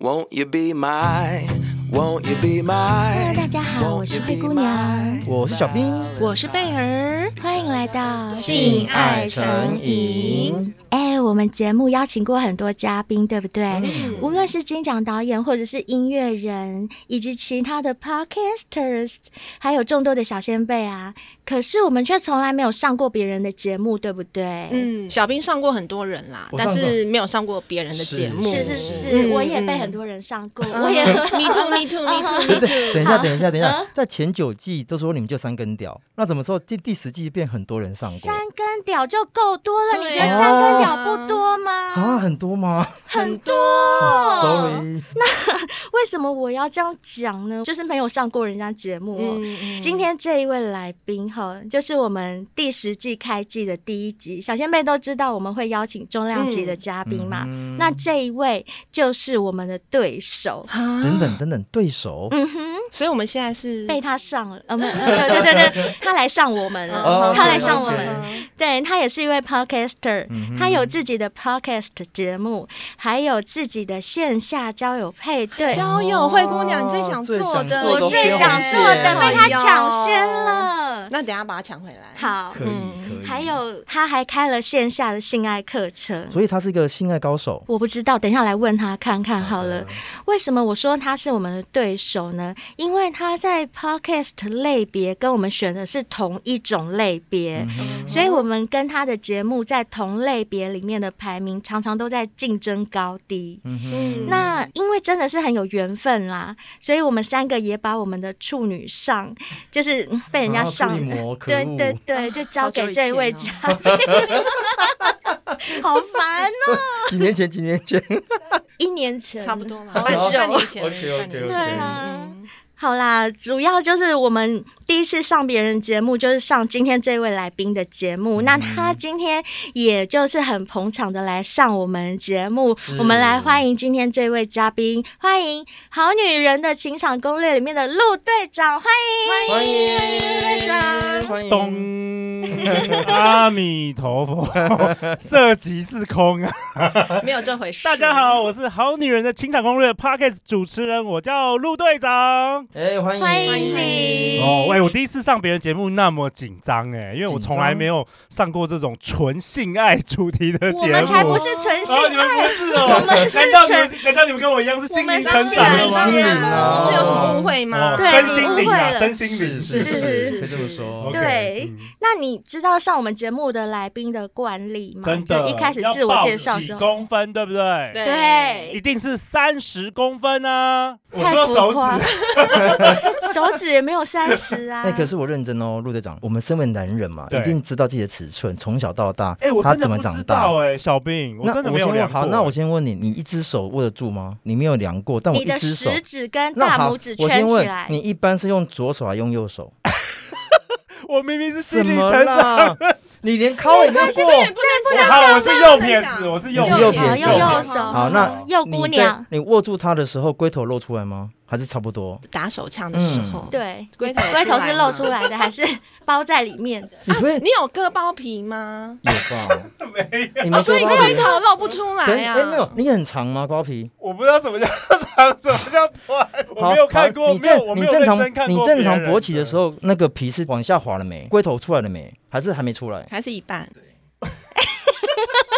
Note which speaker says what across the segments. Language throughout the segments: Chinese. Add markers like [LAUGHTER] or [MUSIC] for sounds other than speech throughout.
Speaker 1: Won't you be my? Won't you be my?
Speaker 2: Hello，大家好我是灰姑娘
Speaker 1: Won't you be my
Speaker 3: 我是小兵，
Speaker 2: 我是贝儿，欢迎来到
Speaker 4: 性爱成
Speaker 3: 瘾。
Speaker 2: 哎，我们节目邀请过很多嘉宾，对不对？
Speaker 4: 嗯
Speaker 2: 无论是金奖导演，或者是音乐人，以及其他的 podcasters，还有众多的小先辈啊。可是我们却从来没有上过别人的节目，对不对？，
Speaker 4: 嗯，小兵上过很多人啦，
Speaker 3: 我上
Speaker 4: 但
Speaker 3: 过
Speaker 4: 是没有上过别人的节目。
Speaker 2: 是是是，
Speaker 4: 嗯
Speaker 2: 我也被很多人上过，我也
Speaker 4: [LAUGHS] me too me too me too me
Speaker 3: 等
Speaker 4: too。
Speaker 3: 等一下，等一下，等
Speaker 2: 嗯
Speaker 3: 一下，在前九季都说你们就三根屌，那怎么说第第十季变很多人上过
Speaker 2: 三根屌就够多了，
Speaker 4: 对
Speaker 2: 你
Speaker 4: 啊
Speaker 2: 觉得三根屌不多吗？
Speaker 3: 啊？很多吗
Speaker 2: 很多。
Speaker 3: ？Sorry，
Speaker 2: 为什么我要这样讲呢？就是没有上过人家节目、哦。
Speaker 4: 嗯
Speaker 2: 今天这一位来宾哈，就是我们第十季开季的第一集，小先辈都知道我们会邀请重量级的嘉宾嘛。
Speaker 3: 嗯
Speaker 2: 那这一位就是我们的对手，
Speaker 3: 等等等等，对手
Speaker 4: 啊
Speaker 2: 嗯
Speaker 3: 嗯
Speaker 4: 所以我们现在是
Speaker 2: 被他上了，呃，没有对对对对，他来上我
Speaker 4: 嗯
Speaker 2: 们了，
Speaker 3: 哦
Speaker 2: 他来
Speaker 3: OK，OK
Speaker 2: 上我们。对他也是一位 podcaster，、他
Speaker 3: 嗯
Speaker 2: 有自己的 podcast 节目，还有自己的线下交友配对。
Speaker 4: 交友灰姑娘最想做的，哎
Speaker 3: 哦
Speaker 2: 我最想做的被他抢先。了。
Speaker 4: 那等一下把它抢回来。，
Speaker 2: 好，
Speaker 3: 可以可以，
Speaker 2: 嗯还，有他还开了线下的性爱课程。
Speaker 3: 所以他是一个性爱高手。
Speaker 2: 我不知道，等一下来问他看看好
Speaker 3: 好
Speaker 2: 了
Speaker 3: 的。
Speaker 2: 为什么我说他是我们的对手呢？因为他在 podcast 类别跟我们选的是同一种类
Speaker 3: 嗯
Speaker 2: 别，所以我们跟他的节目在同类别里面的排名常常都在竞争高低。
Speaker 3: 嗯哼，
Speaker 4: 嗯
Speaker 2: 那因为真的是很有缘分啦，所以我们三个也把我们的处女上，就是嗯被人家
Speaker 3: 啊
Speaker 2: 上，
Speaker 3: 处女膜可
Speaker 2: [LAUGHS] 对
Speaker 3: 恶
Speaker 2: 对对，就交给这位嘉
Speaker 4: 哦
Speaker 2: 宾， [LAUGHS] 好烦哦、
Speaker 3: 几年前，几年前，
Speaker 2: 一年前
Speaker 4: 差不多了，
Speaker 2: 嗯好
Speaker 4: 半
Speaker 2: 久
Speaker 4: 半年前
Speaker 3: OK，OK，OK
Speaker 4: 半年
Speaker 2: 对
Speaker 4: 前
Speaker 2: 啊。好啦，主要就是我们第一次上别人节目，就是上今天这位来宾的节
Speaker 5: 嗯
Speaker 2: 目。那他今天也就是很捧场的来上我们节目，我们来欢迎今天这位嘉宾，欢迎《好女人的情场攻略》里面的陆队长， [LAUGHS] 欢迎
Speaker 3: 欢迎
Speaker 2: 队长。
Speaker 3: 欢迎
Speaker 5: 咚！阿弥陀佛，色即是
Speaker 2: [LAUGHS]
Speaker 5: 空啊！
Speaker 4: 没有这回事。
Speaker 5: 大家，好，我是《好女人的情场攻略》Podcast 主持人，我叫陆队长。
Speaker 3: 哎，欢迎
Speaker 2: 欢迎你
Speaker 5: 哦，喂，我第一次上别人节目那么紧张哎，因为我
Speaker 3: 紧张
Speaker 5: 从来没有上过这种纯性爱主题的
Speaker 2: 我
Speaker 5: 节目。
Speaker 2: 们才不是纯性
Speaker 5: 啊，你们
Speaker 2: 爱，
Speaker 5: 不是哦？
Speaker 2: 们是
Speaker 5: 难道你们是难道你们跟我一样是心灵
Speaker 2: 我
Speaker 5: 成长
Speaker 2: 们是
Speaker 5: 的
Speaker 2: 性爱
Speaker 5: 吗
Speaker 3: 心？灵啊
Speaker 4: 是有什么误会吗？
Speaker 5: 哦
Speaker 2: 对
Speaker 5: 身心灵
Speaker 2: 你误会
Speaker 5: 啊，
Speaker 2: 了
Speaker 5: 身心灵
Speaker 3: 是
Speaker 2: 是
Speaker 3: 是，可以
Speaker 4: 是
Speaker 3: 这么
Speaker 4: 是
Speaker 3: 说。
Speaker 5: OK，
Speaker 2: 对
Speaker 5: 嗯
Speaker 2: 那你知道上我们节目的来宾的惯例吗？
Speaker 5: 真的
Speaker 2: 就一开始自我介绍的时
Speaker 5: 要报
Speaker 2: 候，
Speaker 5: 几公分，对不对？
Speaker 4: 对
Speaker 2: 对
Speaker 5: 一，定是三十公分啊！我
Speaker 2: 太
Speaker 5: 说
Speaker 2: 浮
Speaker 5: 手
Speaker 2: 夸
Speaker 5: 指， [LAUGHS]
Speaker 2: 手指也没有三十啊。
Speaker 3: 哎，可是我认真哦，陆队长，我们身为男人嘛，
Speaker 5: 对
Speaker 3: 一定知道自己的尺寸，从小到大，
Speaker 5: 哎、我
Speaker 3: 他
Speaker 5: 真的
Speaker 3: 怎么
Speaker 5: 不
Speaker 3: 长
Speaker 5: 知
Speaker 3: 大
Speaker 5: 道。哎、小兵，我
Speaker 3: 那
Speaker 5: 真的没有
Speaker 3: 先问
Speaker 5: 量
Speaker 3: 好，
Speaker 5: 过哎
Speaker 3: 那我先问你，你一只手握得住吗？你没有量过，但我
Speaker 2: 你
Speaker 3: 一
Speaker 2: 的
Speaker 3: 只手
Speaker 2: 食。指跟
Speaker 3: 那
Speaker 2: 大
Speaker 3: 好
Speaker 2: 拇指，
Speaker 3: 我
Speaker 2: 圈
Speaker 3: 先
Speaker 2: 起
Speaker 3: 问
Speaker 2: 来
Speaker 3: 你，。一般是用左手还用右手？
Speaker 5: 我明明是心
Speaker 3: 怎
Speaker 5: 理
Speaker 3: 么
Speaker 5: 成长，
Speaker 3: 啦？你连敲也没有过。
Speaker 5: 我好，我是
Speaker 2: 啊
Speaker 5: 右撇子，我是右
Speaker 3: 你是右撇子
Speaker 5: 右
Speaker 3: 右
Speaker 2: 手
Speaker 3: 好，那
Speaker 2: 右
Speaker 3: 你
Speaker 2: 姑
Speaker 3: 对
Speaker 2: 娘，啊
Speaker 3: 你握住它的时候，龟头露出来吗？还是差不多？
Speaker 4: 打手枪的时候，，
Speaker 2: 对，
Speaker 4: 龟头
Speaker 2: 龟头是露出
Speaker 4: 来吗。
Speaker 2: 来的，还是包在里面
Speaker 5: [LAUGHS]
Speaker 2: 的？
Speaker 3: 你不会有
Speaker 4: [LAUGHS] 你有割包皮吗？
Speaker 3: [LAUGHS] 吧？
Speaker 5: 没有，
Speaker 3: 你
Speaker 4: 哦，
Speaker 3: 们
Speaker 4: 所以
Speaker 3: 说包
Speaker 4: 龟
Speaker 3: 皮？
Speaker 2: 啊
Speaker 4: 头露不出来啊
Speaker 3: 对，
Speaker 4: 呀、？
Speaker 3: 哎，没有，你很长吗？包皮？
Speaker 5: 我不知道什么叫长，什么叫短，我
Speaker 3: 好
Speaker 5: 没有看
Speaker 3: 好
Speaker 5: 过，
Speaker 3: 你
Speaker 5: 没有，
Speaker 3: 正
Speaker 5: 我没
Speaker 3: 你
Speaker 5: 有
Speaker 3: 正
Speaker 5: 认
Speaker 3: 常
Speaker 5: 真看
Speaker 3: 你
Speaker 5: 过。
Speaker 3: 正常勃起的时
Speaker 5: 候，
Speaker 3: 候，那个皮是往下滑了没？龟头出来了没？还是还没出
Speaker 5: [LAUGHS]
Speaker 3: 来
Speaker 4: 还是一半？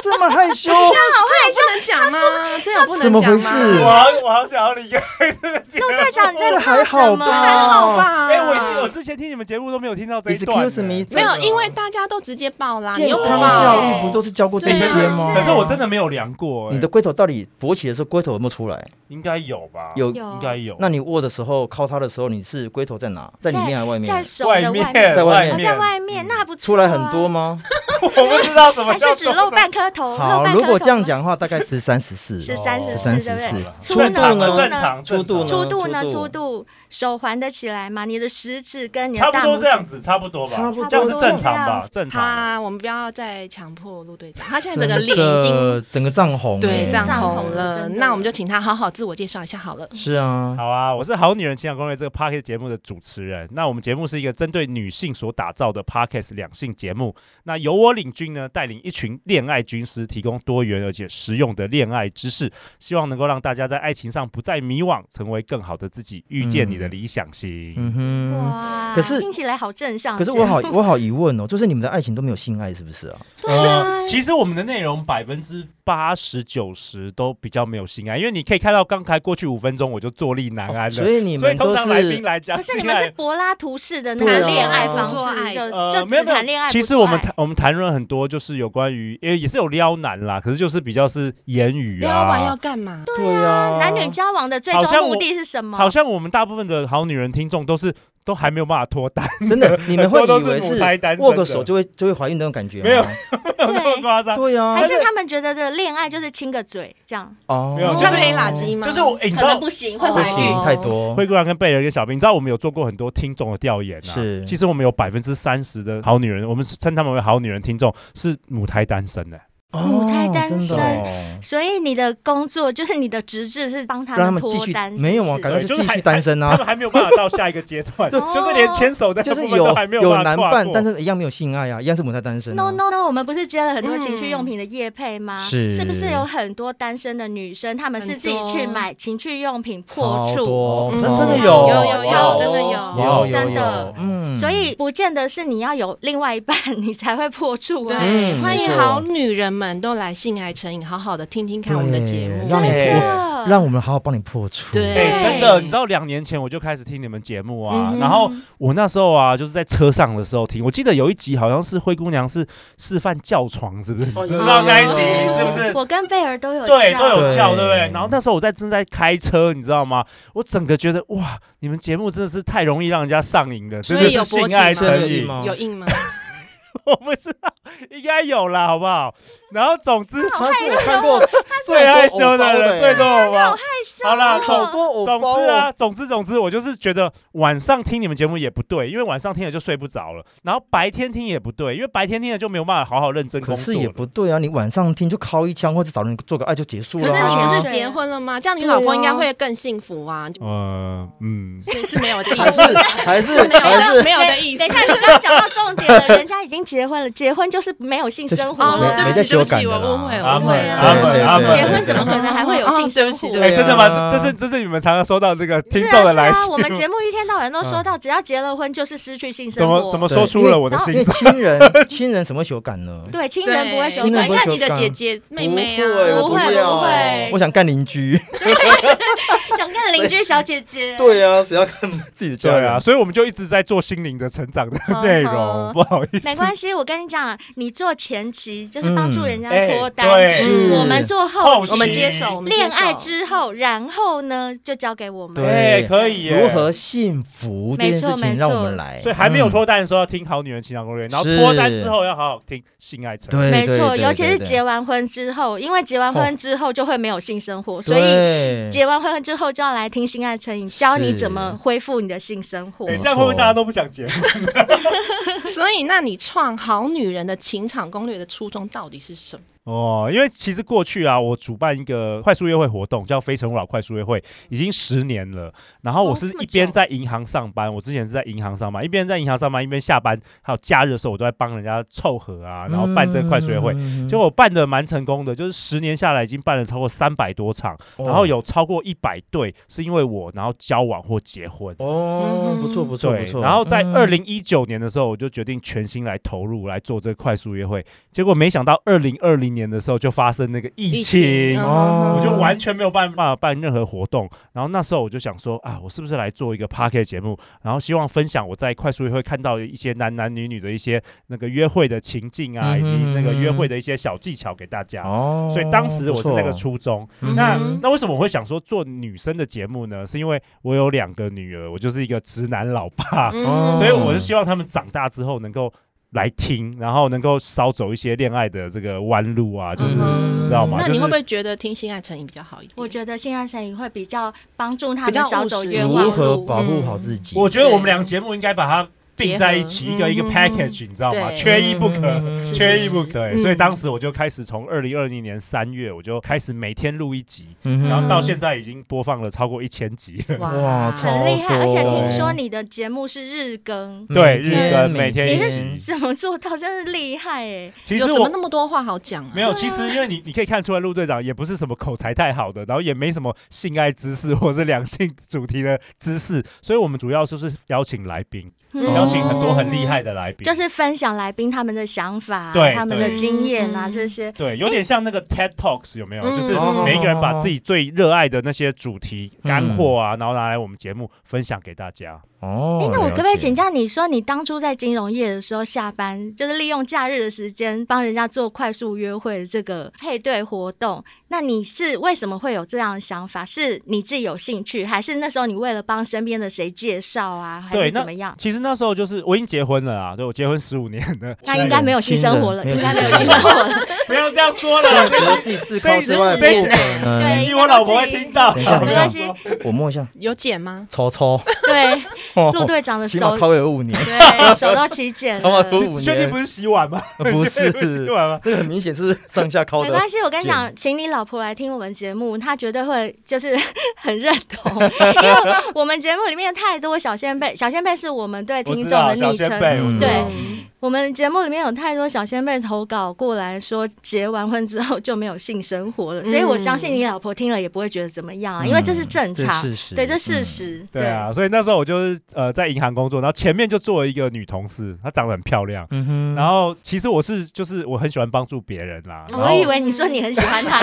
Speaker 3: 这么害羞？
Speaker 4: 这不能讲吗？
Speaker 5: [LAUGHS]
Speaker 4: 这有不
Speaker 3: 怎
Speaker 4: 能
Speaker 3: 么
Speaker 4: 讲
Speaker 3: 回
Speaker 4: 吗？
Speaker 3: 事
Speaker 5: 我好，我好想要离开这个节目。
Speaker 2: 陆队长你在
Speaker 3: 这
Speaker 2: 怕
Speaker 3: 还
Speaker 2: 什
Speaker 3: 好
Speaker 2: 么？
Speaker 3: 吧
Speaker 4: 还好吧？
Speaker 5: 哎、我已经我之前听你们节目都没有听到这一段、
Speaker 3: Excuse me，
Speaker 5: 哎
Speaker 3: 这
Speaker 4: 没有，
Speaker 3: 个
Speaker 4: 因为大家都直接报啦，你
Speaker 3: 健
Speaker 4: 又不
Speaker 3: 康
Speaker 4: 报。
Speaker 3: 教育不都是教过这
Speaker 4: 对啊
Speaker 3: 些吗？
Speaker 5: 可是我真的没有量过、哎
Speaker 3: 你的龟头到底勃起的时候，龟头有没有出来？
Speaker 5: 应该有吧？
Speaker 3: 有。
Speaker 2: 有
Speaker 5: 应该有。
Speaker 3: 那你握的时候，靠它的时候，你是龟头在哪？在里面还啊是外
Speaker 2: 在
Speaker 3: 面？
Speaker 2: 手的
Speaker 5: 面，
Speaker 2: 面，
Speaker 3: 在外
Speaker 2: 哦
Speaker 3: 面
Speaker 2: 在外面，那还不错啊
Speaker 3: 出来很多？吗？
Speaker 5: 我不知道什么
Speaker 2: 还
Speaker 5: 叫
Speaker 2: 是只露半颗头？
Speaker 4: 啊
Speaker 2: 露
Speaker 3: 好，
Speaker 2: 半颗头
Speaker 3: 如果这样讲的话，大概是三十四，
Speaker 2: 是三十
Speaker 3: 是
Speaker 5: 哦
Speaker 3: 三
Speaker 2: 四，
Speaker 3: 十
Speaker 2: 对不对
Speaker 3: 四？
Speaker 2: 粗
Speaker 3: 正
Speaker 2: 度
Speaker 3: 常
Speaker 2: 呢？
Speaker 5: 正常
Speaker 3: 粗度呢？
Speaker 2: 粗度呢？粗
Speaker 3: 粗。
Speaker 2: 度手环得起来吗？你的食指跟你
Speaker 5: 差
Speaker 2: 的
Speaker 5: 不
Speaker 2: 大
Speaker 5: 多
Speaker 2: 拇
Speaker 5: 这样
Speaker 2: 指，
Speaker 5: 子，差不多吧，
Speaker 3: 差不多
Speaker 5: 这样是正常吧？正
Speaker 4: 好
Speaker 5: 常。
Speaker 4: 啦，我们不要再强迫陆队长，他现在
Speaker 3: 整
Speaker 4: 整
Speaker 3: 个
Speaker 4: 个脸已经
Speaker 3: 整个涨红，
Speaker 4: 对
Speaker 3: 哎
Speaker 4: 涨
Speaker 2: 涨
Speaker 4: 红
Speaker 2: 红了
Speaker 4: 了。
Speaker 2: 真的
Speaker 4: 那我们就请他好好自我介绍一下好了。
Speaker 3: 是啊，
Speaker 5: 好啊，我是《好女人情感攻略》这个 p o d c a s t 节目的主持人。那我们节目是一个针对女性所打造的 p o d c a s t 两性节目。那由我我领军呢，带领一群恋爱军师，提供多元而且实用的恋爱知识，希望能够让大家在爱情上不再迷惘，成为更好的自己，遇见你的理想型。
Speaker 3: 嗯哼。
Speaker 2: 哇，
Speaker 3: 可是
Speaker 2: 听起来好正向。
Speaker 3: 可是我好，
Speaker 2: [LAUGHS]
Speaker 3: 我好疑问哦，就是你们的爱情都没有性爱是不
Speaker 5: [LAUGHS]
Speaker 3: 是啊？
Speaker 5: 呃，其实我们的内容百分之八十九十都比较没有性爱，因为你可以看到刚才过去五分钟我就坐立难安了。
Speaker 3: 哦所以你
Speaker 5: 所
Speaker 3: 们
Speaker 5: 以通
Speaker 3: 都
Speaker 5: 常来宾
Speaker 3: 是
Speaker 5: 来讲，
Speaker 2: 可是你们是柏拉图式的那
Speaker 3: 对
Speaker 2: 个
Speaker 3: 啊
Speaker 5: [LAUGHS]
Speaker 2: 恋爱方式，
Speaker 4: 做爱
Speaker 2: 就
Speaker 5: 呃
Speaker 2: 就
Speaker 5: 没有
Speaker 2: 只
Speaker 5: 没
Speaker 2: 谈
Speaker 5: 有
Speaker 2: 恋爱。，
Speaker 5: 其
Speaker 2: 不
Speaker 5: 实我们
Speaker 2: 做
Speaker 5: 谈我们谈论很多，就是有关于也也是有撩男啦，可是就是比较是言语
Speaker 4: 撩完要
Speaker 5: 啊。
Speaker 4: 干嘛？
Speaker 3: 对啊
Speaker 2: 爱男女交往的最
Speaker 5: 好像
Speaker 2: 终
Speaker 5: 我
Speaker 2: 目的是什么？
Speaker 5: 好像我们大部分的好女人听众都是都还没有办法脱单，
Speaker 3: 真的，你们会
Speaker 5: 很多
Speaker 3: 以
Speaker 5: [LAUGHS] 都
Speaker 3: 为
Speaker 5: 是母胎单
Speaker 3: 是
Speaker 5: 身的
Speaker 3: 握个手就会就会怀孕那种感觉吗？
Speaker 5: 没有没有那么
Speaker 2: 对，
Speaker 5: 夸
Speaker 3: [LAUGHS]
Speaker 5: 张。
Speaker 3: 对啊
Speaker 2: 还，是他们觉得的恋爱就是亲个嘴这样？
Speaker 3: 哦
Speaker 5: 没有就是
Speaker 4: 那可以拉鸡吗？
Speaker 5: 就是我，哎、你知
Speaker 2: 可能
Speaker 5: 道
Speaker 2: 不行，会
Speaker 4: 会
Speaker 3: 不
Speaker 2: 怀孕。
Speaker 3: 行
Speaker 4: 哦
Speaker 3: 太多，
Speaker 5: 灰姑娘跟贝尔跟小兵，你知道我们有做过很多听众的调研啊。
Speaker 3: 是
Speaker 5: 其实我们有百分之三十的好女人，我们称他们为好女人听众是母胎单身的、
Speaker 2: 母胎单
Speaker 3: 真的
Speaker 2: 身
Speaker 3: 哦
Speaker 5: [LAUGHS]
Speaker 2: 所以你的工作就是你的职责是帮他
Speaker 3: 让他们继
Speaker 2: 脱
Speaker 3: 续
Speaker 2: 单，是不
Speaker 3: 没有啊，
Speaker 2: 是
Speaker 3: 感觉是
Speaker 5: 对呃就是
Speaker 3: 继
Speaker 5: 还
Speaker 3: 续单身
Speaker 5: 他
Speaker 3: 啊，哦
Speaker 5: 们还没有办法到下一个
Speaker 4: [LAUGHS]
Speaker 5: 阶段，
Speaker 2: 对
Speaker 5: 就是连牵手的
Speaker 3: 就是
Speaker 5: 部分都
Speaker 3: 有
Speaker 5: 还没
Speaker 3: 有
Speaker 5: 办法
Speaker 3: 男
Speaker 5: 跨
Speaker 3: 伴
Speaker 5: 过，
Speaker 3: 但是一样没有性爱啊，一样是母胎单身啊。
Speaker 2: No no no，我们不是接了很多情趣用品的业配吗？
Speaker 3: 嗯是
Speaker 2: 不是有很多单身的女生，她们是自己去买情趣用品破
Speaker 3: 超
Speaker 2: 处？
Speaker 3: 多，
Speaker 4: 嗯
Speaker 5: 真真的
Speaker 4: 有
Speaker 5: 有
Speaker 4: 有
Speaker 5: 哇
Speaker 4: 有有，
Speaker 5: 哦
Speaker 4: 真的
Speaker 5: 哇
Speaker 4: 有。
Speaker 3: 有有
Speaker 2: 真的
Speaker 3: 有嗯
Speaker 2: 所以不见得是你要有另外一半你才会破处啊。
Speaker 4: 对，
Speaker 3: 嗯
Speaker 4: 欢迎
Speaker 3: 没错
Speaker 4: 好女人们都来性爱成瘾，好好的听听看我们的节
Speaker 3: 对。
Speaker 4: 目
Speaker 3: 让你
Speaker 5: 对
Speaker 3: 破，让我们好好帮你破除。
Speaker 4: 对
Speaker 5: 哎、
Speaker 4: 对
Speaker 5: 真的，你知道两年前我就开始听你们节目啊，
Speaker 4: 嗯哼
Speaker 5: 然后我那时候啊，就是在车上的时候听，我记得有一集好像是灰姑娘是示范叫床，是不是？
Speaker 4: 哦
Speaker 5: 你知道那一集是不是？
Speaker 2: 我跟贝尔都有
Speaker 5: 对，
Speaker 2: 叫
Speaker 5: 都有叫，
Speaker 3: 对
Speaker 5: 对不对？然后那时候我在正在开车，你知道吗？我整个觉得哇，你们节目真的是太容易让人家上瘾了，
Speaker 4: 所
Speaker 5: 真
Speaker 4: 以
Speaker 5: 的是
Speaker 4: 有勃
Speaker 5: 性
Speaker 4: 起
Speaker 5: 爱
Speaker 4: 吗
Speaker 5: 成
Speaker 3: 真的
Speaker 5: 瘾。 [LAUGHS]
Speaker 3: 吗
Speaker 4: 有硬吗？
Speaker 5: 我不知道，应该有啦，好不好？然后总之
Speaker 3: 他是我看过
Speaker 5: 啊最害羞的人最多，好不好？好啦，
Speaker 2: 哦
Speaker 5: 总
Speaker 3: 好多偶
Speaker 5: 总
Speaker 3: 包
Speaker 5: 之啊，
Speaker 3: 哦，
Speaker 5: 总之总之，我就是觉得晚上听你们节目也不对，因为晚上听了就睡不着了，然后白天听也不对，因为白天听了就没有办法好好认真工
Speaker 3: 可
Speaker 5: 作
Speaker 3: 是
Speaker 5: 了。
Speaker 3: 也不对啊，你晚上听就敲一枪或者找人做个爱就结束
Speaker 4: 可
Speaker 3: 了
Speaker 4: 是
Speaker 3: 啊。
Speaker 4: 你
Speaker 2: 们
Speaker 4: 不是结婚了吗？这样你老婆应该会更幸福啊，
Speaker 5: 呃嗯，
Speaker 4: 所以是没 [LAUGHS] 有的意
Speaker 3: 还
Speaker 4: 思，
Speaker 3: 是还是
Speaker 4: 没有
Speaker 3: 还
Speaker 4: 的
Speaker 3: 是
Speaker 4: 没有的意思
Speaker 2: 等一。下，你刚刚讲到重点了，人家已经结婚了，结婚就是没有性生活
Speaker 3: 没
Speaker 4: 哦，对
Speaker 2: 啊。
Speaker 4: 不
Speaker 3: 没在
Speaker 4: 起，对不
Speaker 3: 修改
Speaker 4: 起，
Speaker 3: 的
Speaker 4: 我
Speaker 3: 啦
Speaker 4: 误会
Speaker 5: 阿
Speaker 4: 了，误
Speaker 5: 门
Speaker 4: 会
Speaker 5: 阿
Speaker 4: 了。
Speaker 5: 门
Speaker 3: 对
Speaker 5: 阿门，
Speaker 2: 结婚怎么可能还会有性生
Speaker 4: 哦对不起
Speaker 2: 活？
Speaker 4: 对不
Speaker 5: 哎、
Speaker 3: 起
Speaker 5: 真的吗？
Speaker 3: 啊
Speaker 5: 这是这是你们常常收到这个听
Speaker 2: 是
Speaker 5: 众
Speaker 2: 啊
Speaker 5: 的
Speaker 2: 是
Speaker 5: 来
Speaker 2: 啊
Speaker 5: 信，
Speaker 2: 我们节目一天到晚都收到，只要结了婚就是失去性
Speaker 5: 嗯怎
Speaker 2: 生活。
Speaker 5: 么怎么说出了我的
Speaker 3: 因为
Speaker 5: 心声？
Speaker 3: 亲人亲人什么时候敢呢？
Speaker 2: 对，亲人不会哎
Speaker 4: 对
Speaker 2: 修
Speaker 3: 亲人
Speaker 2: 改
Speaker 4: 你
Speaker 3: 不，会
Speaker 4: 哎看你的
Speaker 3: 修改
Speaker 4: 姐姐妹妹
Speaker 3: 不会，
Speaker 4: 啊，
Speaker 3: 我
Speaker 2: 不会
Speaker 3: 不
Speaker 2: 不
Speaker 3: 要
Speaker 2: 会，
Speaker 3: 我想干邻居。
Speaker 2: 想跟邻居小姐姐。
Speaker 3: 对啊，谁要干自己的家
Speaker 5: [LAUGHS] 对啊，
Speaker 3: 人？
Speaker 5: 所以我们就一直在做心灵的成长的内容，不好
Speaker 3: [LAUGHS]
Speaker 5: 意思。
Speaker 2: 没关系，我跟你讲，你做前期就是帮助人家脱单，
Speaker 5: 嗯哎
Speaker 3: 对
Speaker 2: 我们做
Speaker 5: 后
Speaker 2: 后
Speaker 5: 期
Speaker 4: 我们接手，我们接手
Speaker 2: 恋爱之后，然后呢就交给我们。
Speaker 3: 对
Speaker 5: 哎、可以耶
Speaker 3: 如何幸福这件事
Speaker 2: 没错没
Speaker 3: 情，
Speaker 2: 错
Speaker 3: 让我们来。
Speaker 5: 所以还没有
Speaker 3: 嗯
Speaker 5: 脱单的时候要听《好女人情场攻略》，然后
Speaker 3: 是
Speaker 5: 脱单之后要好好听《性爱成瘾》。
Speaker 2: 没
Speaker 3: 对，
Speaker 2: 错，
Speaker 3: 对
Speaker 2: 尤其是结
Speaker 3: 婚，
Speaker 2: 完婚之后，因为结完婚之后就会没有性生活，
Speaker 3: 哦
Speaker 2: 所以
Speaker 3: 以
Speaker 2: 结完婚之后就要来听《性爱成瘾》，教你
Speaker 3: 是
Speaker 2: 怎么恢复你的性生活
Speaker 5: 哎、。
Speaker 3: 没
Speaker 5: 这样会不会
Speaker 3: 错
Speaker 5: 大家都不想结婚？
Speaker 4: 所以，那你创《好女人的情场攻略》的初衷到底是什么？
Speaker 5: [LAUGHS] 哦，因为其实过去啊，我主办一个快速约会活动，叫“非诚勿扰快速约会”，已经十年了。然后我
Speaker 2: 哦
Speaker 5: 是
Speaker 2: 这么
Speaker 5: 一边
Speaker 2: 久
Speaker 5: 在银行上班，我之前是在银行上班，一边在银行上班，一边下班，还有假日的时候，我都在帮人家凑合啊，然后办这个快速约会。
Speaker 3: 嗯
Speaker 5: 结果我办的蛮成功的，就是十年下来已经办了超过三百多场，然后有超过一百对是因为我然后交往或结婚。
Speaker 3: 哦，不错不错不
Speaker 5: 对，
Speaker 3: 错。
Speaker 5: 然后在
Speaker 3: 嗯
Speaker 5: 二零一九年的时候，我就决定全心来投入来做这个快速约会。结果没想到二零二零年的时候就发生那个疫情，
Speaker 4: 嗯
Speaker 3: 哦
Speaker 5: 我就完全没有办法办任何活
Speaker 3: 嗯
Speaker 5: 动。然后那时候我就想说啊，我是不是来做一个 p a r k e t 节目，然后希望分享我在快速约会看到的一些男男女女的一些那个约会的情境啊，
Speaker 3: 嗯哼
Speaker 5: 以及那个约会的一些小技巧给大家。
Speaker 3: 哦，
Speaker 5: 所以当时我是那
Speaker 3: 不
Speaker 5: 个
Speaker 3: 错，
Speaker 5: 初衷。
Speaker 3: 嗯
Speaker 5: 那
Speaker 4: 嗯
Speaker 5: 那为什么我会想说做女生的节目呢？是因为我有两个女儿，我就是一个直男老爸，
Speaker 4: 嗯
Speaker 3: 哦
Speaker 5: 所以我是希望他们长大之后能够来听，然后能够少走一些恋爱的这个弯路啊，就是、
Speaker 4: 嗯
Speaker 5: 你知道吗？
Speaker 4: 那
Speaker 5: 就
Speaker 4: 你
Speaker 5: 是
Speaker 4: 会不会觉得听性爱成瘾比较好一点？
Speaker 2: 我觉得性爱成瘾会比较帮助他
Speaker 4: 比
Speaker 2: 们
Speaker 4: 较
Speaker 2: 少
Speaker 4: 务
Speaker 2: 走
Speaker 4: 实
Speaker 2: 冤枉
Speaker 3: 如
Speaker 2: 路。
Speaker 3: 何保护好自己？
Speaker 5: 嗯我觉得我们两个节目应该把它。并在一起，
Speaker 4: 结合
Speaker 5: 一个一个
Speaker 4: 嗯
Speaker 5: package，你知道吗？
Speaker 4: 对
Speaker 5: 缺一不可。
Speaker 3: 嗯
Speaker 4: 是嗯
Speaker 5: 缺一不可、
Speaker 4: 是
Speaker 5: 所以当时我就开始从二零二零年三月，我就开始每天录一集，
Speaker 3: 嗯
Speaker 5: 然后到现
Speaker 3: 在，
Speaker 5: 在已经播放了超过一千集。
Speaker 3: 哇超
Speaker 2: 很厉害，而
Speaker 3: 多
Speaker 2: 且
Speaker 3: 哦
Speaker 2: 听说你的节目是日更，
Speaker 5: 对日更每天
Speaker 2: 一
Speaker 5: 集
Speaker 2: 怎么做到？真是厉害哎！
Speaker 5: 其
Speaker 4: 有
Speaker 5: 实
Speaker 4: 怎么
Speaker 5: 我
Speaker 4: 那么多话好讲啊？
Speaker 5: 没有，其实因为你你可以看出来，陆队长也不是什么口才太好的，然后也没什么性爱知识或是两性主题的知识，所以我们主要就是邀请来宾，
Speaker 2: 嗯
Speaker 5: 邀请很多很厉害的来宾，
Speaker 2: 就是分享来宾他们的想法、啊
Speaker 5: 对
Speaker 2: 他们的
Speaker 5: 对
Speaker 2: 经验啊
Speaker 4: 嗯
Speaker 2: 这些。
Speaker 5: 对，有点像那个 TED Talks 有没有？
Speaker 4: 嗯
Speaker 5: 就是
Speaker 3: 哦
Speaker 4: 嗯
Speaker 5: 每一个人把自己最热爱的那些主题
Speaker 3: 嗯
Speaker 5: 干货啊，然后拿来我们节目分享给大家。
Speaker 3: 哦
Speaker 2: 哎，那我可不可以请
Speaker 3: 教？
Speaker 2: 教你说，你当初在金融业的时候，下班就是利用假日的时间帮人家做快速约会的这个配对活动，那你是为什么会有这样的想法？是你自己有兴趣，还是那时候你为了帮身边的谁介绍啊，还
Speaker 5: 对
Speaker 2: 是
Speaker 5: 那
Speaker 2: 怎么样？
Speaker 5: 其实那时候就是我已经结婚了啊，对我结婚十五年
Speaker 2: [LAUGHS]
Speaker 5: 了，
Speaker 2: 那应该没有性生活了，
Speaker 3: 亲
Speaker 2: 应
Speaker 3: 人
Speaker 2: 该没有
Speaker 3: 没有
Speaker 2: 性生活了。
Speaker 5: 不要这样说
Speaker 3: 那
Speaker 5: 了，
Speaker 3: 除了自己自
Speaker 5: 这
Speaker 3: 靠之外，不
Speaker 5: 这
Speaker 3: 可能
Speaker 2: 对。
Speaker 5: 我老婆会听到。
Speaker 3: 等一下
Speaker 2: 没
Speaker 3: 等一
Speaker 2: 关
Speaker 3: 下
Speaker 2: 系，
Speaker 3: 我摸一下，
Speaker 4: 有剪吗？
Speaker 3: 抽抽，
Speaker 2: 对，
Speaker 3: 哦
Speaker 2: 陆队长的
Speaker 3: [LAUGHS] 起码
Speaker 2: 手，
Speaker 3: 靠有
Speaker 5: [LAUGHS]
Speaker 3: 五年，
Speaker 2: 对，手都
Speaker 3: [LAUGHS]
Speaker 2: 起茧
Speaker 3: 起码
Speaker 2: 了
Speaker 3: 有。五
Speaker 5: 确定
Speaker 3: 年
Speaker 5: 不，是洗碗吗？
Speaker 3: 呃不
Speaker 5: [LAUGHS] 确定洗
Speaker 3: 是，
Speaker 5: 碗吗？
Speaker 3: 这个很明显是上下靠
Speaker 2: 没
Speaker 3: 的
Speaker 2: 关。系，我跟你讲，请你老婆来听我们节目，她绝对会就是 [LAUGHS] 很认同，因为我们节目里面太多小先辈，小先辈是我们对
Speaker 5: 我
Speaker 2: 听
Speaker 5: 知
Speaker 2: 众
Speaker 5: 道
Speaker 2: 的
Speaker 5: 小
Speaker 2: 昵
Speaker 5: 先
Speaker 2: 称。
Speaker 5: 辈，嗯我
Speaker 2: 嗯
Speaker 5: 知道
Speaker 2: 对，我们节目里面有太多小先辈投稿过来说，结完婚之后就没有性生活了，所以我相信你老婆听了也不会觉得怎么样啊，因为这是正
Speaker 3: 嗯这
Speaker 2: 常，
Speaker 3: 事实，
Speaker 2: 对，这事
Speaker 3: 嗯。
Speaker 2: 实，
Speaker 5: 对啊，所以那时候我就是呃在银行工作，然后前面就做了一个女同事，她长得很漂亮。
Speaker 3: 嗯哼，
Speaker 5: 然后其实我是就是我很喜欢帮助别人啦，
Speaker 2: 对。
Speaker 5: 然
Speaker 2: 我
Speaker 5: 后
Speaker 2: 以为你说你很喜欢她，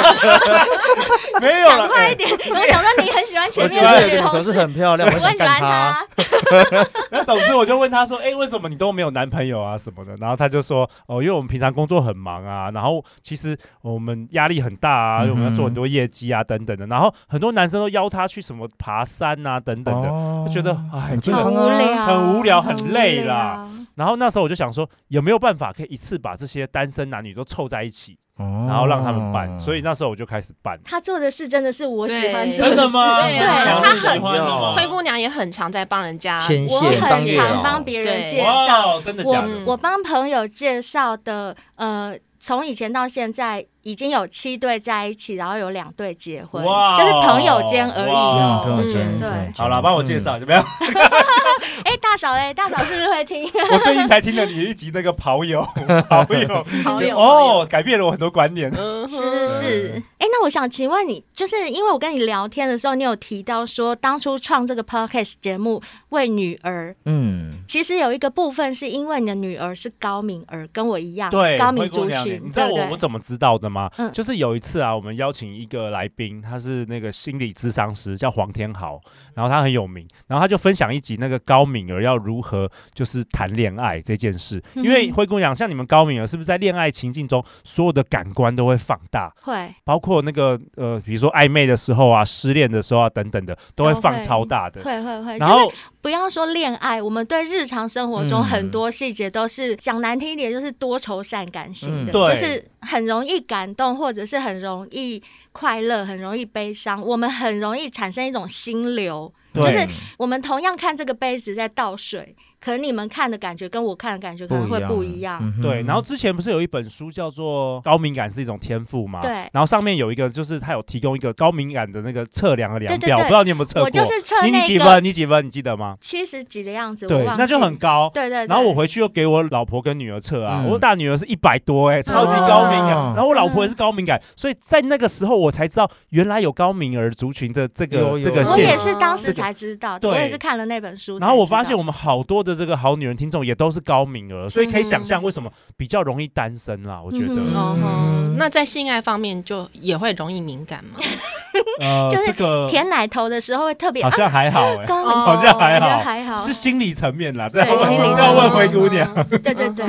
Speaker 5: 没有
Speaker 2: 讲
Speaker 5: 了，
Speaker 2: 快一点！我想到你很喜欢前
Speaker 3: 我
Speaker 2: 面
Speaker 3: 觉得
Speaker 2: 的
Speaker 3: 有
Speaker 2: 女
Speaker 3: 个女同
Speaker 2: 同事，
Speaker 3: 事很漂亮，
Speaker 2: 我
Speaker 3: 我
Speaker 2: 很
Speaker 3: 想
Speaker 2: 喜欢
Speaker 3: 干她。
Speaker 2: 她。
Speaker 5: 那总之我就问他说，哎、为什么你都没有男朋友啊什么的？然后他就说，哦，因为我们平常工作很忙啊，然后其实我们压力很大啊，因为我们要做很多业绩啊等等的，然后很多男生都邀他去什么爬山啊等等的，
Speaker 3: 哦
Speaker 5: 就觉得哎
Speaker 3: 很健
Speaker 2: 好
Speaker 3: 康
Speaker 2: 无
Speaker 3: 啊，
Speaker 2: 聊，
Speaker 5: 很无聊很
Speaker 2: 无
Speaker 5: 累啦
Speaker 2: 啊。
Speaker 5: 然后那时候我就想说，有没有办法可以一次把这些单身男女都凑在一起，
Speaker 3: 然
Speaker 5: 然后让他们办？所以那时候我就开始办。
Speaker 2: 他做的事真的是我喜欢
Speaker 4: 对
Speaker 2: 做
Speaker 5: 真的吗？
Speaker 4: 对
Speaker 2: 嗯啊
Speaker 5: 他
Speaker 2: 他
Speaker 5: 喜
Speaker 3: 很
Speaker 5: 欢哦的吗？
Speaker 4: 灰姑娘也很常在帮人家
Speaker 3: 牵
Speaker 2: 我
Speaker 3: 线当
Speaker 2: 很
Speaker 3: 月
Speaker 2: 常
Speaker 3: 老
Speaker 2: 帮别人
Speaker 4: 哦对
Speaker 2: 介绍，
Speaker 5: 哇，真的假的？
Speaker 2: 我我帮朋友介绍的，呃，从以前到现在已经有七对在一起，然后有两对结婚，
Speaker 5: 哇哦
Speaker 2: 就是朋友间而已
Speaker 5: 哇
Speaker 2: 哦。
Speaker 3: 嗯
Speaker 4: 嗯
Speaker 3: 对
Speaker 2: 对
Speaker 5: 好了，帮我介。
Speaker 3: 嗯
Speaker 5: 绍怎么样？
Speaker 2: 哎，大嫂嘞，大嫂是不是会听？
Speaker 5: 我最近才听了你一集那个跑友，跑友，
Speaker 4: 好友
Speaker 5: 哦，，改变了我很多观念。
Speaker 4: 嗯哼
Speaker 2: 是是是
Speaker 5: 对，
Speaker 2: 哎、那我想请问你，就是因为我跟你聊天的时候，你有提到说，当初创这个 podcast 节目为女儿，
Speaker 3: 嗯，
Speaker 2: 其实有一个部分是因为你的女儿是高敏儿，跟我一样，
Speaker 5: 对，
Speaker 2: 啊高
Speaker 5: 灰
Speaker 2: 敏
Speaker 5: 姑
Speaker 2: 族
Speaker 5: 娘
Speaker 2: 群，
Speaker 5: 你知道
Speaker 2: 对不
Speaker 5: 我
Speaker 2: 对
Speaker 5: 我怎么知道的吗？
Speaker 2: 嗯
Speaker 5: 就是有一次啊，我们邀请一个来宾，他是那个心理咨商师，叫黄天豪，然后他很有名，然后他就分享一集那个高敏儿要如何就是谈恋爱这件事，
Speaker 2: 嗯
Speaker 5: 因为灰姑娘像你们高敏儿是不是在恋爱情境中所有的感官都会放大，
Speaker 2: 会，
Speaker 5: 包括那个呃，比如说暧昧的时候啊、失恋的时候啊等等的，都会
Speaker 2: 都
Speaker 5: 放
Speaker 2: 会
Speaker 5: 超大的。
Speaker 2: 会会会，就
Speaker 5: 然
Speaker 2: 是
Speaker 5: 后
Speaker 2: 不要说恋爱，我们对日常生活中
Speaker 3: 嗯
Speaker 2: 很多细节都是、讲难听一点，就是多愁善感型的，
Speaker 5: 嗯
Speaker 2: 就
Speaker 5: 对
Speaker 2: 是很容易感动，或者是很容易快乐，很容易悲伤，我们很容易产生一种心流。
Speaker 5: 对
Speaker 2: 就是我们同样看这个杯子在倒水，可能你们看的感觉跟我看的感觉可能会不一样。
Speaker 3: 嗯哼
Speaker 5: 对，然后之前不是有一本书叫做《高敏感是一种天赋》吗？
Speaker 2: 对
Speaker 5: 然后上面有一个，就是它有提供一个高敏感的那个测量的量
Speaker 2: 对对对
Speaker 5: 表，我不知道你有没有测过？
Speaker 2: 我就是测
Speaker 5: 你你
Speaker 2: 那
Speaker 5: 几
Speaker 2: 个
Speaker 5: 分？你几分？你记得吗？
Speaker 2: 七十几的样子，我
Speaker 5: 对，
Speaker 2: 忘记
Speaker 5: 那就很高。
Speaker 2: 对对对。
Speaker 5: 哦然后我回去又给我老婆跟女儿测啊，
Speaker 3: 嗯
Speaker 5: 我大女儿是一百多哎、超级高敏感，
Speaker 3: 哦
Speaker 5: 然后我老
Speaker 2: 嗯
Speaker 5: 婆也是高敏感，所以在那个时候我才知道原来有高敏儿族群的这个
Speaker 3: 有有
Speaker 5: 这个
Speaker 2: 我也
Speaker 5: 现象。
Speaker 2: 是当时
Speaker 5: 这个
Speaker 2: 才知道的，
Speaker 5: 对
Speaker 2: 我也是看了那本书才知道。
Speaker 5: 然后我发现我们好多的这个好女人听众也都是高敏儿，所以可以想象为什么比较容易单身啦。我觉得，
Speaker 2: 嗯
Speaker 4: 哦吼
Speaker 3: 嗯，
Speaker 4: 那在性爱方面就也会容易敏感嘛？
Speaker 5: 呃，
Speaker 2: 就是
Speaker 5: 这个
Speaker 2: 舔奶头的时候会特别啊
Speaker 5: 好像
Speaker 2: [LAUGHS]
Speaker 5: 还好哎、
Speaker 2: 高敏
Speaker 4: 哦
Speaker 5: 好像
Speaker 2: 感
Speaker 5: 还
Speaker 2: 觉
Speaker 5: 好，
Speaker 2: 还好，
Speaker 5: 是心理层面啦，这
Speaker 2: 对
Speaker 5: 样
Speaker 2: 心理
Speaker 5: 这样
Speaker 2: 层
Speaker 5: 问
Speaker 2: 面嗯
Speaker 5: 灰姑娘，
Speaker 2: 对对对。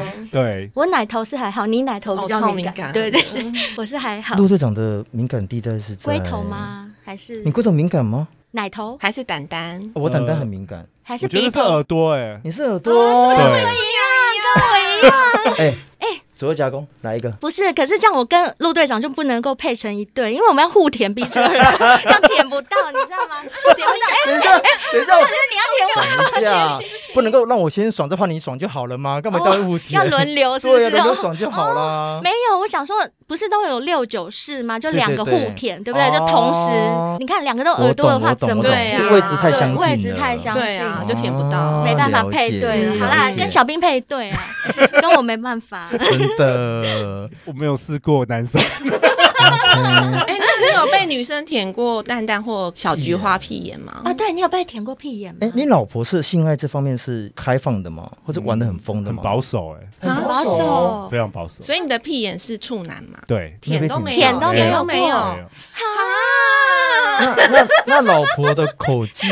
Speaker 2: [LAUGHS]
Speaker 5: 对。
Speaker 2: 我奶头是还好，你奶头比
Speaker 4: 嗯哦，
Speaker 2: 较
Speaker 4: 超
Speaker 2: 敏
Speaker 4: 敏
Speaker 2: 感，嗯
Speaker 4: 感，
Speaker 2: 对对，
Speaker 4: 对，
Speaker 2: 我是还好。
Speaker 3: 陆队长的敏感地带是在
Speaker 2: 龟头？吗？还是
Speaker 3: 你龟头敏感吗？哦
Speaker 2: 奶头？
Speaker 4: 还是
Speaker 3: [LAUGHS]
Speaker 4: 蛋蛋，
Speaker 3: 我胆蛋很敏感，
Speaker 2: 还是
Speaker 5: 我觉得
Speaker 2: 鼻哦
Speaker 5: 是
Speaker 2: 头？
Speaker 5: 耳朵哎、
Speaker 3: 你是耳朵？
Speaker 2: 啊
Speaker 5: 对，
Speaker 2: [LAUGHS]
Speaker 3: 哎哎，左右夹攻来一个，
Speaker 2: [LAUGHS] 不是，可是这样我跟陆队长就不能够配成一对，因为我们要互舔彼此的耳朵，这样舔不到，你知道
Speaker 5: [LAUGHS]
Speaker 2: 吗？点不到，哎、
Speaker 3: 等一下，等一下，
Speaker 2: 可是你要点我，
Speaker 3: 等一下，不能够让我先爽，再换你爽就好了吗？干嘛要误
Speaker 2: 哦哎要
Speaker 3: 点？
Speaker 2: 轮流是不
Speaker 3: 对
Speaker 2: 是哦
Speaker 3: 啊，？轮流爽就好啦。
Speaker 2: 没有，我想说，不是都有六九式吗？就
Speaker 3: 啊对
Speaker 2: 两
Speaker 3: 对
Speaker 2: 个互
Speaker 3: 对
Speaker 2: 舔，对不对？就
Speaker 3: 哦
Speaker 2: 同时，你看两个都
Speaker 3: 我
Speaker 2: 耳朵的
Speaker 3: 懂，
Speaker 2: 话，
Speaker 3: 我懂，
Speaker 2: 怎么
Speaker 3: 我懂，
Speaker 4: 对啊
Speaker 3: 这位置太相近了，哦
Speaker 2: 位置太相近
Speaker 4: 对啊，
Speaker 2: 了
Speaker 4: 就填不到。
Speaker 2: 没办法
Speaker 3: 了
Speaker 2: 配
Speaker 3: 解
Speaker 2: 对啊了？好
Speaker 3: 了
Speaker 2: 啦，
Speaker 3: 解
Speaker 2: 跟小兵配对
Speaker 3: [LAUGHS]
Speaker 2: 啊，跟我没办法。
Speaker 3: 真的。
Speaker 5: 我没有试过男
Speaker 3: [LAUGHS]
Speaker 5: 生，
Speaker 4: 哎，那你有被女生舔过蛋蛋或小菊花屁眼吗？
Speaker 2: 啊，对你有被舔过屁眼吗？
Speaker 4: 嗯
Speaker 3: 哎，你老婆是性爱这方面是开放的吗？或者玩的很疯的
Speaker 5: 很
Speaker 3: 吗？
Speaker 5: 保守哎，
Speaker 2: 很保
Speaker 3: 守哦
Speaker 2: 守
Speaker 5: 非，常保守。
Speaker 4: 所以你的屁眼是处男吗？
Speaker 5: 对，
Speaker 4: 舔都没有，
Speaker 2: 舔都
Speaker 3: 没有
Speaker 4: 都没
Speaker 2: 过
Speaker 4: 有。
Speaker 2: 啊，
Speaker 3: 那那那老婆的口技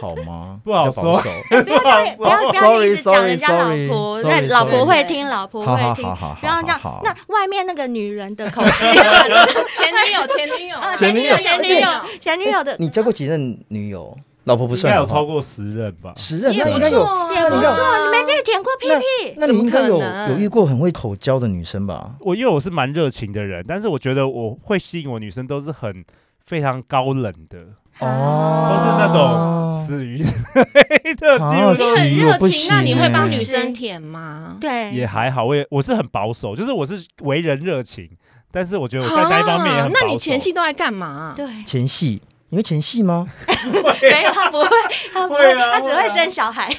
Speaker 3: 好吗？
Speaker 5: [LAUGHS] 不好
Speaker 3: 比较保
Speaker 5: 说
Speaker 3: 守。 [LAUGHS]
Speaker 5: 不好
Speaker 2: 不要
Speaker 5: 说。
Speaker 2: 不要一直讲
Speaker 3: Sorry，
Speaker 2: 人家老
Speaker 3: sorry，
Speaker 2: 婆，
Speaker 3: [LAUGHS]
Speaker 2: 那
Speaker 3: sorry，sorry，
Speaker 2: 老婆
Speaker 3: sorry
Speaker 2: 会听，老婆
Speaker 3: 好好
Speaker 2: 会听
Speaker 3: 好好好，
Speaker 2: 不要这样
Speaker 3: 好好。
Speaker 2: 那外面那个女人的口气，
Speaker 3: [LAUGHS]
Speaker 4: [LAUGHS]
Speaker 2: 哦
Speaker 4: 前女友，前女友，
Speaker 3: 前女友
Speaker 2: 啊前女友，前女友的
Speaker 3: 你交过几任女友？老婆不
Speaker 5: 应该
Speaker 3: 算，
Speaker 5: 有超过十任吧？
Speaker 3: 十任，
Speaker 4: 也
Speaker 3: 那
Speaker 4: 不
Speaker 3: 应该有
Speaker 4: 错。啊，
Speaker 2: 也不
Speaker 3: 那
Speaker 2: 错，你没被舔过屁屁。
Speaker 3: 那你应该有
Speaker 4: 怎么可能
Speaker 3: 有遇过很会口交的女生吧？
Speaker 5: 我因为我是蛮热情的人，但是我觉得我会吸引我女生都是很非常高冷的，都
Speaker 3: 哦
Speaker 5: 是那种死鱼 [LAUGHS] 的，几乎都
Speaker 3: 啊
Speaker 5: 是
Speaker 3: 死
Speaker 4: 很
Speaker 3: 鱼
Speaker 4: 热
Speaker 3: 我不
Speaker 4: 情，那你
Speaker 3: 行
Speaker 4: 会帮
Speaker 3: 欸
Speaker 4: 女生舔吗？
Speaker 2: 对，
Speaker 5: 也还好。我也我是很保守，就是我是为人热情，但是我觉得我在那一方面也
Speaker 4: 啊
Speaker 5: 很保守。
Speaker 4: 那你前戏都在干嘛？
Speaker 5: [LAUGHS]
Speaker 2: 对，
Speaker 3: 啊前戏，你会前戏吗？
Speaker 2: 没有他不会，他不会，
Speaker 5: 会啊
Speaker 2: 他只
Speaker 5: 会
Speaker 2: 会
Speaker 5: 啊
Speaker 2: 生小孩。